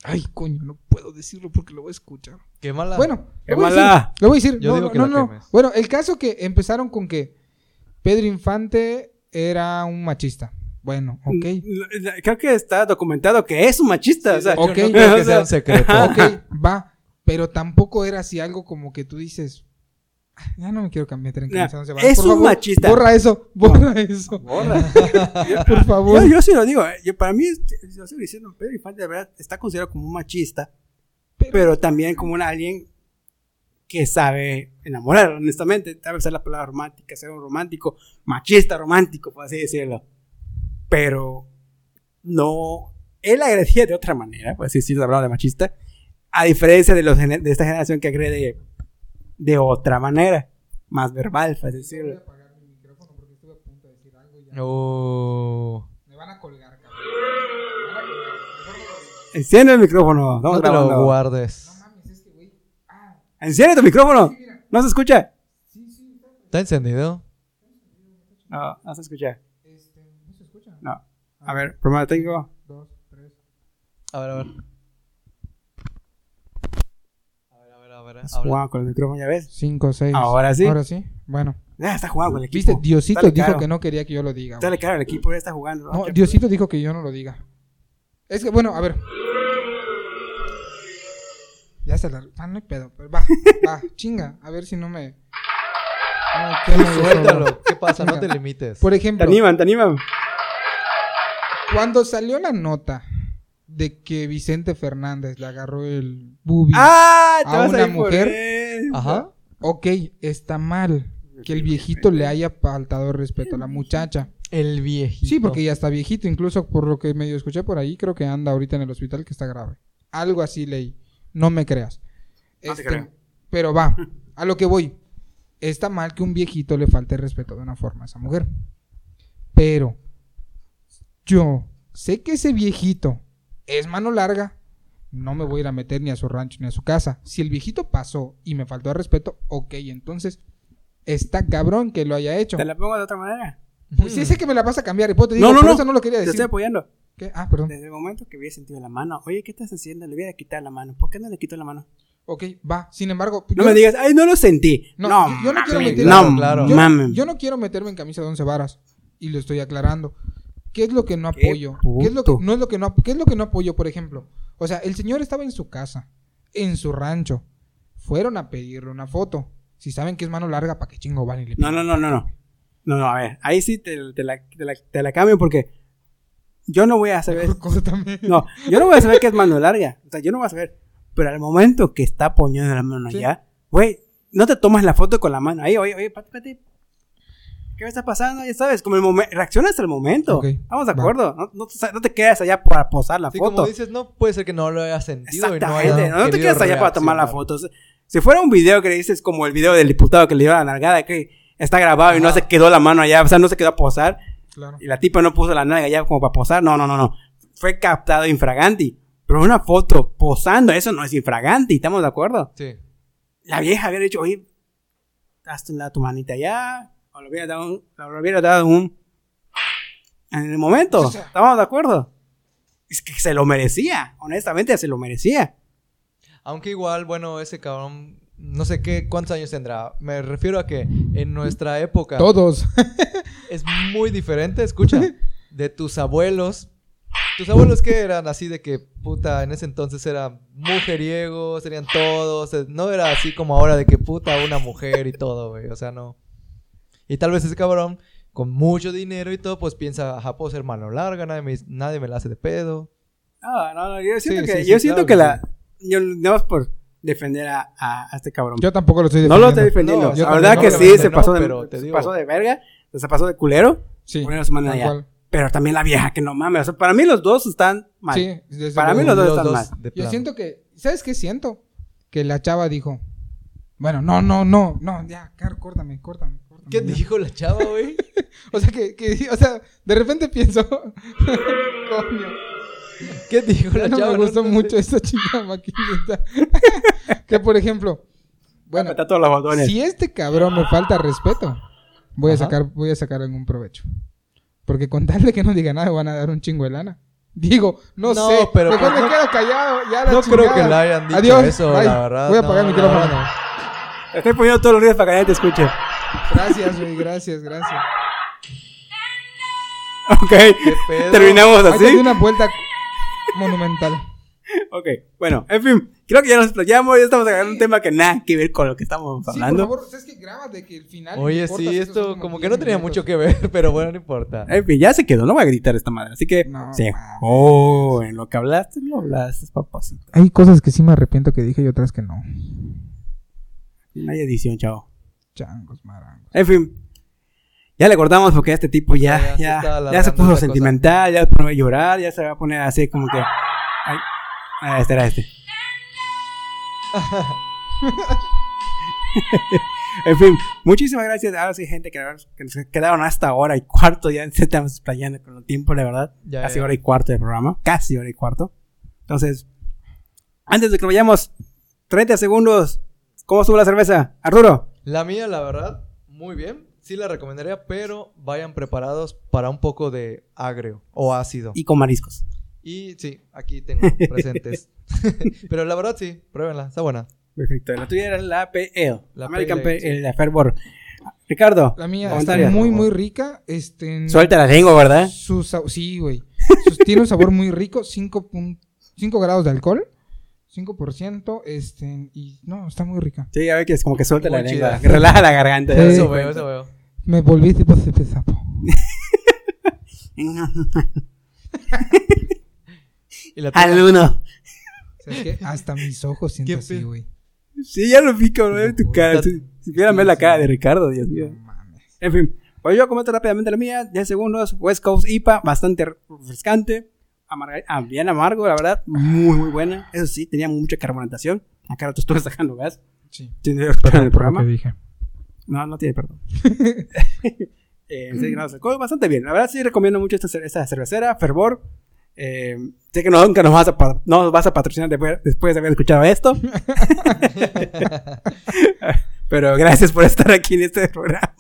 S3: ay, coño, no puedo decirlo porque lo voy a escuchar.
S2: Qué mala.
S3: Bueno,
S1: Qué
S3: lo voy, a decir,
S1: mala.
S3: lo voy a decir.
S2: Yo
S3: no,
S2: digo
S3: no,
S2: que
S3: no,
S2: la
S3: no.
S2: quemes.
S3: Bueno, el caso que empezaron con que Pedro Infante era un machista. Bueno, ok.
S1: N- n- Creo que está documentado que es un machista. o sea,
S2: Yo no
S3: Ok.
S2: creo
S3: Ah,
S1: O
S2: que sea
S1: sea,
S2: un secreto.
S3: Ok,
S1: Ah.
S3: va. Pero tampoco era así algo como que tú dices. "Ah, Ya no me quiero cambiar en
S1: Nah,
S3: camisa, no se va".
S1: es
S3: Por
S1: un
S3: favor,
S1: machista.
S3: Borra eso, borra eso. Por
S2: Pues,
S3: favor.
S1: yo, yo sí lo digo. eh, Yo, para mí, yo sigo diciendo, Pedro Infante, de verdad, está considerado como un machista,
S3: Pero-
S1: pero también como un alguien que sabe enamorar, honestamente. Sabe usar la palabra romántica, ser un romántico, machista romántico, por así decirlo. Pero no. Él agredía de otra manera, pues sí, sí, hablamos de machista, a diferencia de, los, gener- de esta generación que agrede de otra manera, más verbal, por así
S3: Voy a
S1: decirlo.
S3: apagar mi micrófono porque estuve a punto de decir algo y ya.
S2: Oh.
S3: Me van a colgar, cabrón. Me van a colgar. Mejor no lo-
S1: Enciende el micrófono,
S2: No
S1: estamos
S2: te lo
S1: grabando.
S2: guardes.
S3: No mames, este güey. Ah,
S1: Enciende tu micrófono. No se escucha.
S3: sí, sí.
S2: ¿Está
S3: está-
S2: encendido?
S1: No, no se escucha.
S3: Este, no se escucha.
S1: No. A ver, problema técnico.
S3: Dos, tres.
S2: A ver, a ver. A ver, a ver, a ver.
S1: Wow, con el micrófono ya ves.
S3: 5, 6.
S1: Ahora sí.
S3: Ahora sí. Bueno,
S1: Ah, está jugando el equipo.
S3: Viste, Diosito
S1: Sale
S3: dijo
S1: caro.
S3: que no quería que yo lo diga. güey.
S1: Sale claro, el equipo ya está jugando.
S3: No,
S1: Ah,
S3: Diosito dijo que yo no lo diga. Es que, bueno, a ver. Ya se la... Ah, no hay pedo. pero Va, va, chinga. A ver si no me... no me quemo yo solo.
S2: Suéltalo. ¿Qué pasa? No te limites.
S3: Por
S1: Te
S3: ejemplo,
S1: animan, te animan.
S3: cuando salió la nota de que Vicente Fernández le agarró el bubi,
S1: Ah, te
S3: a
S1: vas
S3: una
S1: a ir por
S3: mujer.
S1: él.
S2: Ajá.
S3: ok, está mal que el viejito le haya faltado el respeto a la muchacha.
S2: El viejito.
S3: Sí, porque ya está viejito, incluso por lo que medio escuché por ahí, creo que anda ahorita en el hospital que está grave. Algo así leí. No me creas.
S1: No te
S3: Este,
S1: creo.
S3: Pero va, a lo que voy. Está mal que un viejito le falte el respeto de una forma a esa mujer. Pero yo sé que ese viejito es mano larga. No me voy a ir a meter ni a su rancho ni a su casa. Si el viejito pasó y me faltó el respeto, ok, entonces está cabrón que lo haya hecho.
S1: Te la pongo de otra manera.
S3: Pues sí, sé que me la vas a cambiar, y pues te
S1: No,
S3: digo,
S1: no,
S3: por
S1: no.
S3: eso no lo quería
S1: Te
S3: decir.
S1: estoy apoyando.
S3: ¿Qué? Ah, perdón.
S1: Desde el momento que hubiera sentido la mano, oye, ¿qué estás haciendo? Le hubiera quitado la mano. ¿Por qué no le quitó la mano?
S3: Ok, va. Sin embargo,
S1: No
S3: yo,
S1: me digas, ay, no lo sentí.
S3: No,
S1: No,
S3: yo- yo no quiero
S1: mames,
S3: meter-
S1: No,
S2: Claro,
S3: yo-
S1: mames.
S3: yo no quiero meterme en camisa de once varas. Y lo estoy aclarando. ¿Qué es lo que no
S1: Qué
S3: apoyo? ¿Qué es lo que
S1: puto.
S3: no es lo que no ap- qué es lo que no apoyo, por ejemplo? O sea, el señor estaba en su casa, en su rancho. Fueron a pedirle una foto. Si saben que es mano larga, ¿para qué chingo van y le
S1: No, no, no, no, no. No, no, a ver. Ahí sí te, te la, te, la, te la cambio porque yo no voy a saber.
S3: piden? Córtame.
S1: No, yo no voy a saber que es mano larga. O sea, yo no voy a saber. Pero al momento que está poniendo la mano
S3: Sí.
S1: allá, güey, no te tomas la foto con la mano. Ahí, oye, oye, pati, pati. ¿Qué me está pasando? Ya sabes, como el momento. Reaccionas al momento.
S3: Ok,
S1: Estamos de
S3: va.
S1: acuerdo. No, no te, no te quedas allá para posar la
S2: Sí,
S1: foto.
S2: como dices, no puede ser que no lo haya sentido y no haya
S1: Exactamente. No, te
S2: querido
S1: quedas allá para tomar la
S2: reaccionar.
S1: foto. Si- Si fuera un video que le dices como el video del diputado que le dio la nalgada, que está grabado y no
S2: Ajá.
S1: se quedó la mano allá, o sea, no se quedó a posar
S3: Claro.
S1: y la tipa no puso la nalga allá como para posar. No, no, no, no. Fue captado infraganti. Pero una foto posando, eso no es infraganti, ¿estamos de acuerdo?
S2: Sí.
S1: La vieja había dicho, oye, hazte un lado tu manita allá, o le hubiera dado un. le hubiera dado un- En el momento,
S3: O sea-
S1: ¿estamos de acuerdo? Es que se lo merecía, honestamente se lo merecía.
S2: Aunque igual, bueno, ese cabrón, no sé qué, cuántos años tendrá. Me refiero a que en nuestra época
S3: Todos.
S2: es muy diferente, escucha, de tus abuelos. Tus abuelos que eran así de que, puta, en ese entonces eran mujeriegos, serían todos. eh, No era así como ahora de que, puta, una mujer y todo, güey. O sea, no. Y tal vez ese cabrón, con mucho dinero y todo, pues piensa, ajá, puedo ser mano larga, nadie me, nadie me la hace de pedo.
S1: No, no, no, yo siento
S2: Sí,
S1: que,
S2: sí, sí,
S1: yo siento
S2: claro
S1: que
S2: que
S1: la. Yo no es por defender a, a- a este cabrón.
S3: Yo tampoco lo estoy
S1: no
S3: defendiendo.
S1: lo estoy defendiendo.
S2: No,
S1: la
S3: yo
S1: verdad
S3: también,
S1: que sí,
S2: obviamente
S1: se
S2: no,
S1: pasó, de,
S2: pero te
S1: se
S2: digo.
S1: pasó de verga, se pasó de culero,
S3: Sí.
S1: poner su mano
S3: tal
S1: allá.
S3: cual.
S1: Pero también la vieja, que no mames. O sea, para mí los dos están mal.
S3: Sí, desde
S1: Para
S3: luego.
S1: mí los dos están mal.
S2: de
S3: Yo
S2: plano.
S3: siento que, ¿sabes qué siento? Que la chava dijo, bueno, no, no, no, no, ya, car- córtame, córtame, córtame.
S2: ¿Qué
S3: ya".
S2: dijo la chava, güey?
S3: O sea, que, que- o sea, de repente pienso, coño,
S2: ¿Qué dijo la
S3: no
S2: chava?
S3: me gustó
S2: No, no sé.
S3: mucho esa chica maquinita. que, por ejemplo, bueno,
S1: Apretá todos los botones.
S3: si este cabrón me falta respeto, voy a
S2: Ajá.
S3: sacar, voy a sacar algún provecho. Porque con tal de que no diga nada, me van a dar un chingo de lana. Digo, no,
S2: No,
S3: sé,
S2: pero
S3: mejor
S2: pues
S3: me
S2: no-
S3: quedo callado, ya la
S2: No creo que
S3: chingada.
S2: le hayan dicho
S3: Adiós,
S2: eso,
S3: bye.
S2: la verdad.
S3: Voy a apagar
S2: No,
S3: el
S2: no,
S3: micrófono.
S2: no.
S1: Estoy poniendo todos los ruidos para que nadie te escuche.
S3: Gracias, güey, gracias, gracias.
S1: Ok.
S2: pedo?
S1: Terminamos
S2: ¿Ah,
S3: Ahí te di
S1: así.
S3: una vuelta monumental.
S1: Ok. Bueno, en fin. Creo que ya nos explayamos. Ya estamos agarrando un tema que nada que ver con lo que estamos
S3: Sí,
S1: hablando.
S3: por favor, ¿sabes que Grábate que el final.
S2: Oye, sí, esto como que no tenía mucho que ver, pero bueno, no importa.
S1: En fin, ya se quedó. No voy a gritar esta madre. Así que.
S3: No,
S1: se
S3: mames.
S1: jodió. En lo que hablaste, lo hablaste, papacito.
S3: Hay cosas que sí me arrepiento que dije y otras que no.
S1: No hay edición, chao.
S3: Changos, marangos.
S1: En fin. Ya le cortamos porque este tipo ya,
S2: Ya, ya se
S1: ya,
S2: está
S1: ya, se
S2: alargando
S1: puso
S2: esta
S1: sentimental, ya se pone a llorar, ya se va a poner así como que. Ay, ah, este era este. en fin, muchísimas gracias. Ahora sí, gente que, que se quedaron hasta hora y cuarto. Ya se estamos explayando con el tiempo, la verdad.
S2: Ya,
S1: casi
S2: ya.
S1: hora y cuarto de programa. Casi hora y cuarto. Entonces, antes de que vayamos, 30 segundos. ¿Cómo estuvo la cerveza? Arturo.
S2: La mía, la verdad, muy bien. Sí la recomendaría, pero vayan preparados para un poco de agrio o ácido.
S1: Y con mariscos.
S2: Y sí, aquí tengo presentes. pero la verdad sí, pruébenla, está buena.
S1: Perfecto. La tuya era la PL.
S2: La
S1: American
S2: PL,
S1: PL, la Fervor. Ricardo,
S3: La mía está
S1: Comentario.
S3: muy, muy rica. Este, en-
S1: suelta la lengua, ¿verdad?
S3: su sa- sí, güey. Sus- tiene un sabor muy rico, 5, grados de alcohol, 5%, este, y no, está muy rica.
S1: Sí, a ver que es como que suelta
S2: Muy
S1: la lengua,
S2: chida.
S1: que relaja la garganta.
S3: Sí.
S2: Eso veo, eso veo.
S3: Me volví tipo de sapo.
S2: Y la
S1: Al
S2: tuya?
S1: uno.
S3: ¿Sabes qué? Hasta mis ojos
S2: ¿Qué
S3: siento así,
S2: pedo?
S3: güey.
S1: Sí, ya lo vi, cabrón, en tu
S3: Ujú.
S1: cara. Si si pudieran ver la cara de Ricardo, Dios
S3: No
S1: mío.
S3: mames.
S1: En fin, pues yo comento rápidamente la mía, 10 segundos, West Coast IPA, bastante refrescante, amarga- ah, bien amargo, la verdad, muy, muy buena. Eso sí, tenía mucha carbonatación. Acá tú estás sacando gas.
S3: Sí.
S1: Tiene en el programa.
S3: Lo que dije.
S1: No, no tiene perdón. eh, seis grados de alcohol, bastante bien. La verdad sí recomiendo mucho esta, cer- esta cervecera, Fervor. Eh, sé que no- nunca nos vas a, pa- no nos vas a patrocinar después, después de haber escuchado esto. Pero gracias por estar aquí en este programa.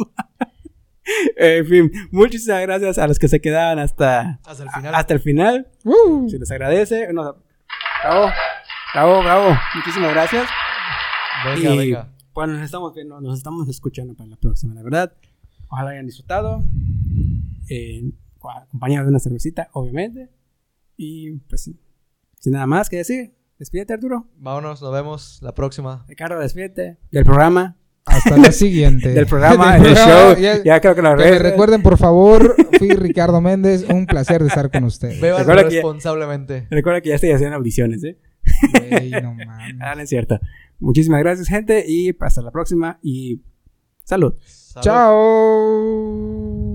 S1: en fin, muchísimas gracias a los que se quedaban hasta,
S2: Hasta el final.
S1: hasta el final.
S3: ¡Woo!
S1: Se les agradece. Unos- bravo, bravo, bravo. Muchísimas gracias.
S2: Venga,
S1: Y,
S2: venga.
S1: Pues nos estamos viendo, nos estamos escuchando para la próxima, la verdad. Ojalá hayan disfrutado. Eh, acompañado de una cervecita, obviamente. Y pues sí. Sin nada más que decir, despídete Arturo.
S2: Vámonos, nos vemos la próxima.
S1: Ricardo, despídete. Del programa.
S3: Hasta la siguiente.
S1: Del programa,
S3: Del
S1: del
S3: programa,
S1: show.
S3: ya-
S1: Ya, creo que lo
S3: que me
S1: redes-
S3: recuerden, por favor, fui Ricardo Méndez. Un placer de estar con ustedes.
S2: Beban
S1: Recuerda que-
S2: responsablemente.
S1: Recuerda que ya estoy haciendo audiciones, ¿eh?
S3: Güey, no mames.
S1: Ah, no es cierto. Muchísimas gracias, gente. Y hasta la próxima. Y salud.
S2: Salud.
S3: Chao.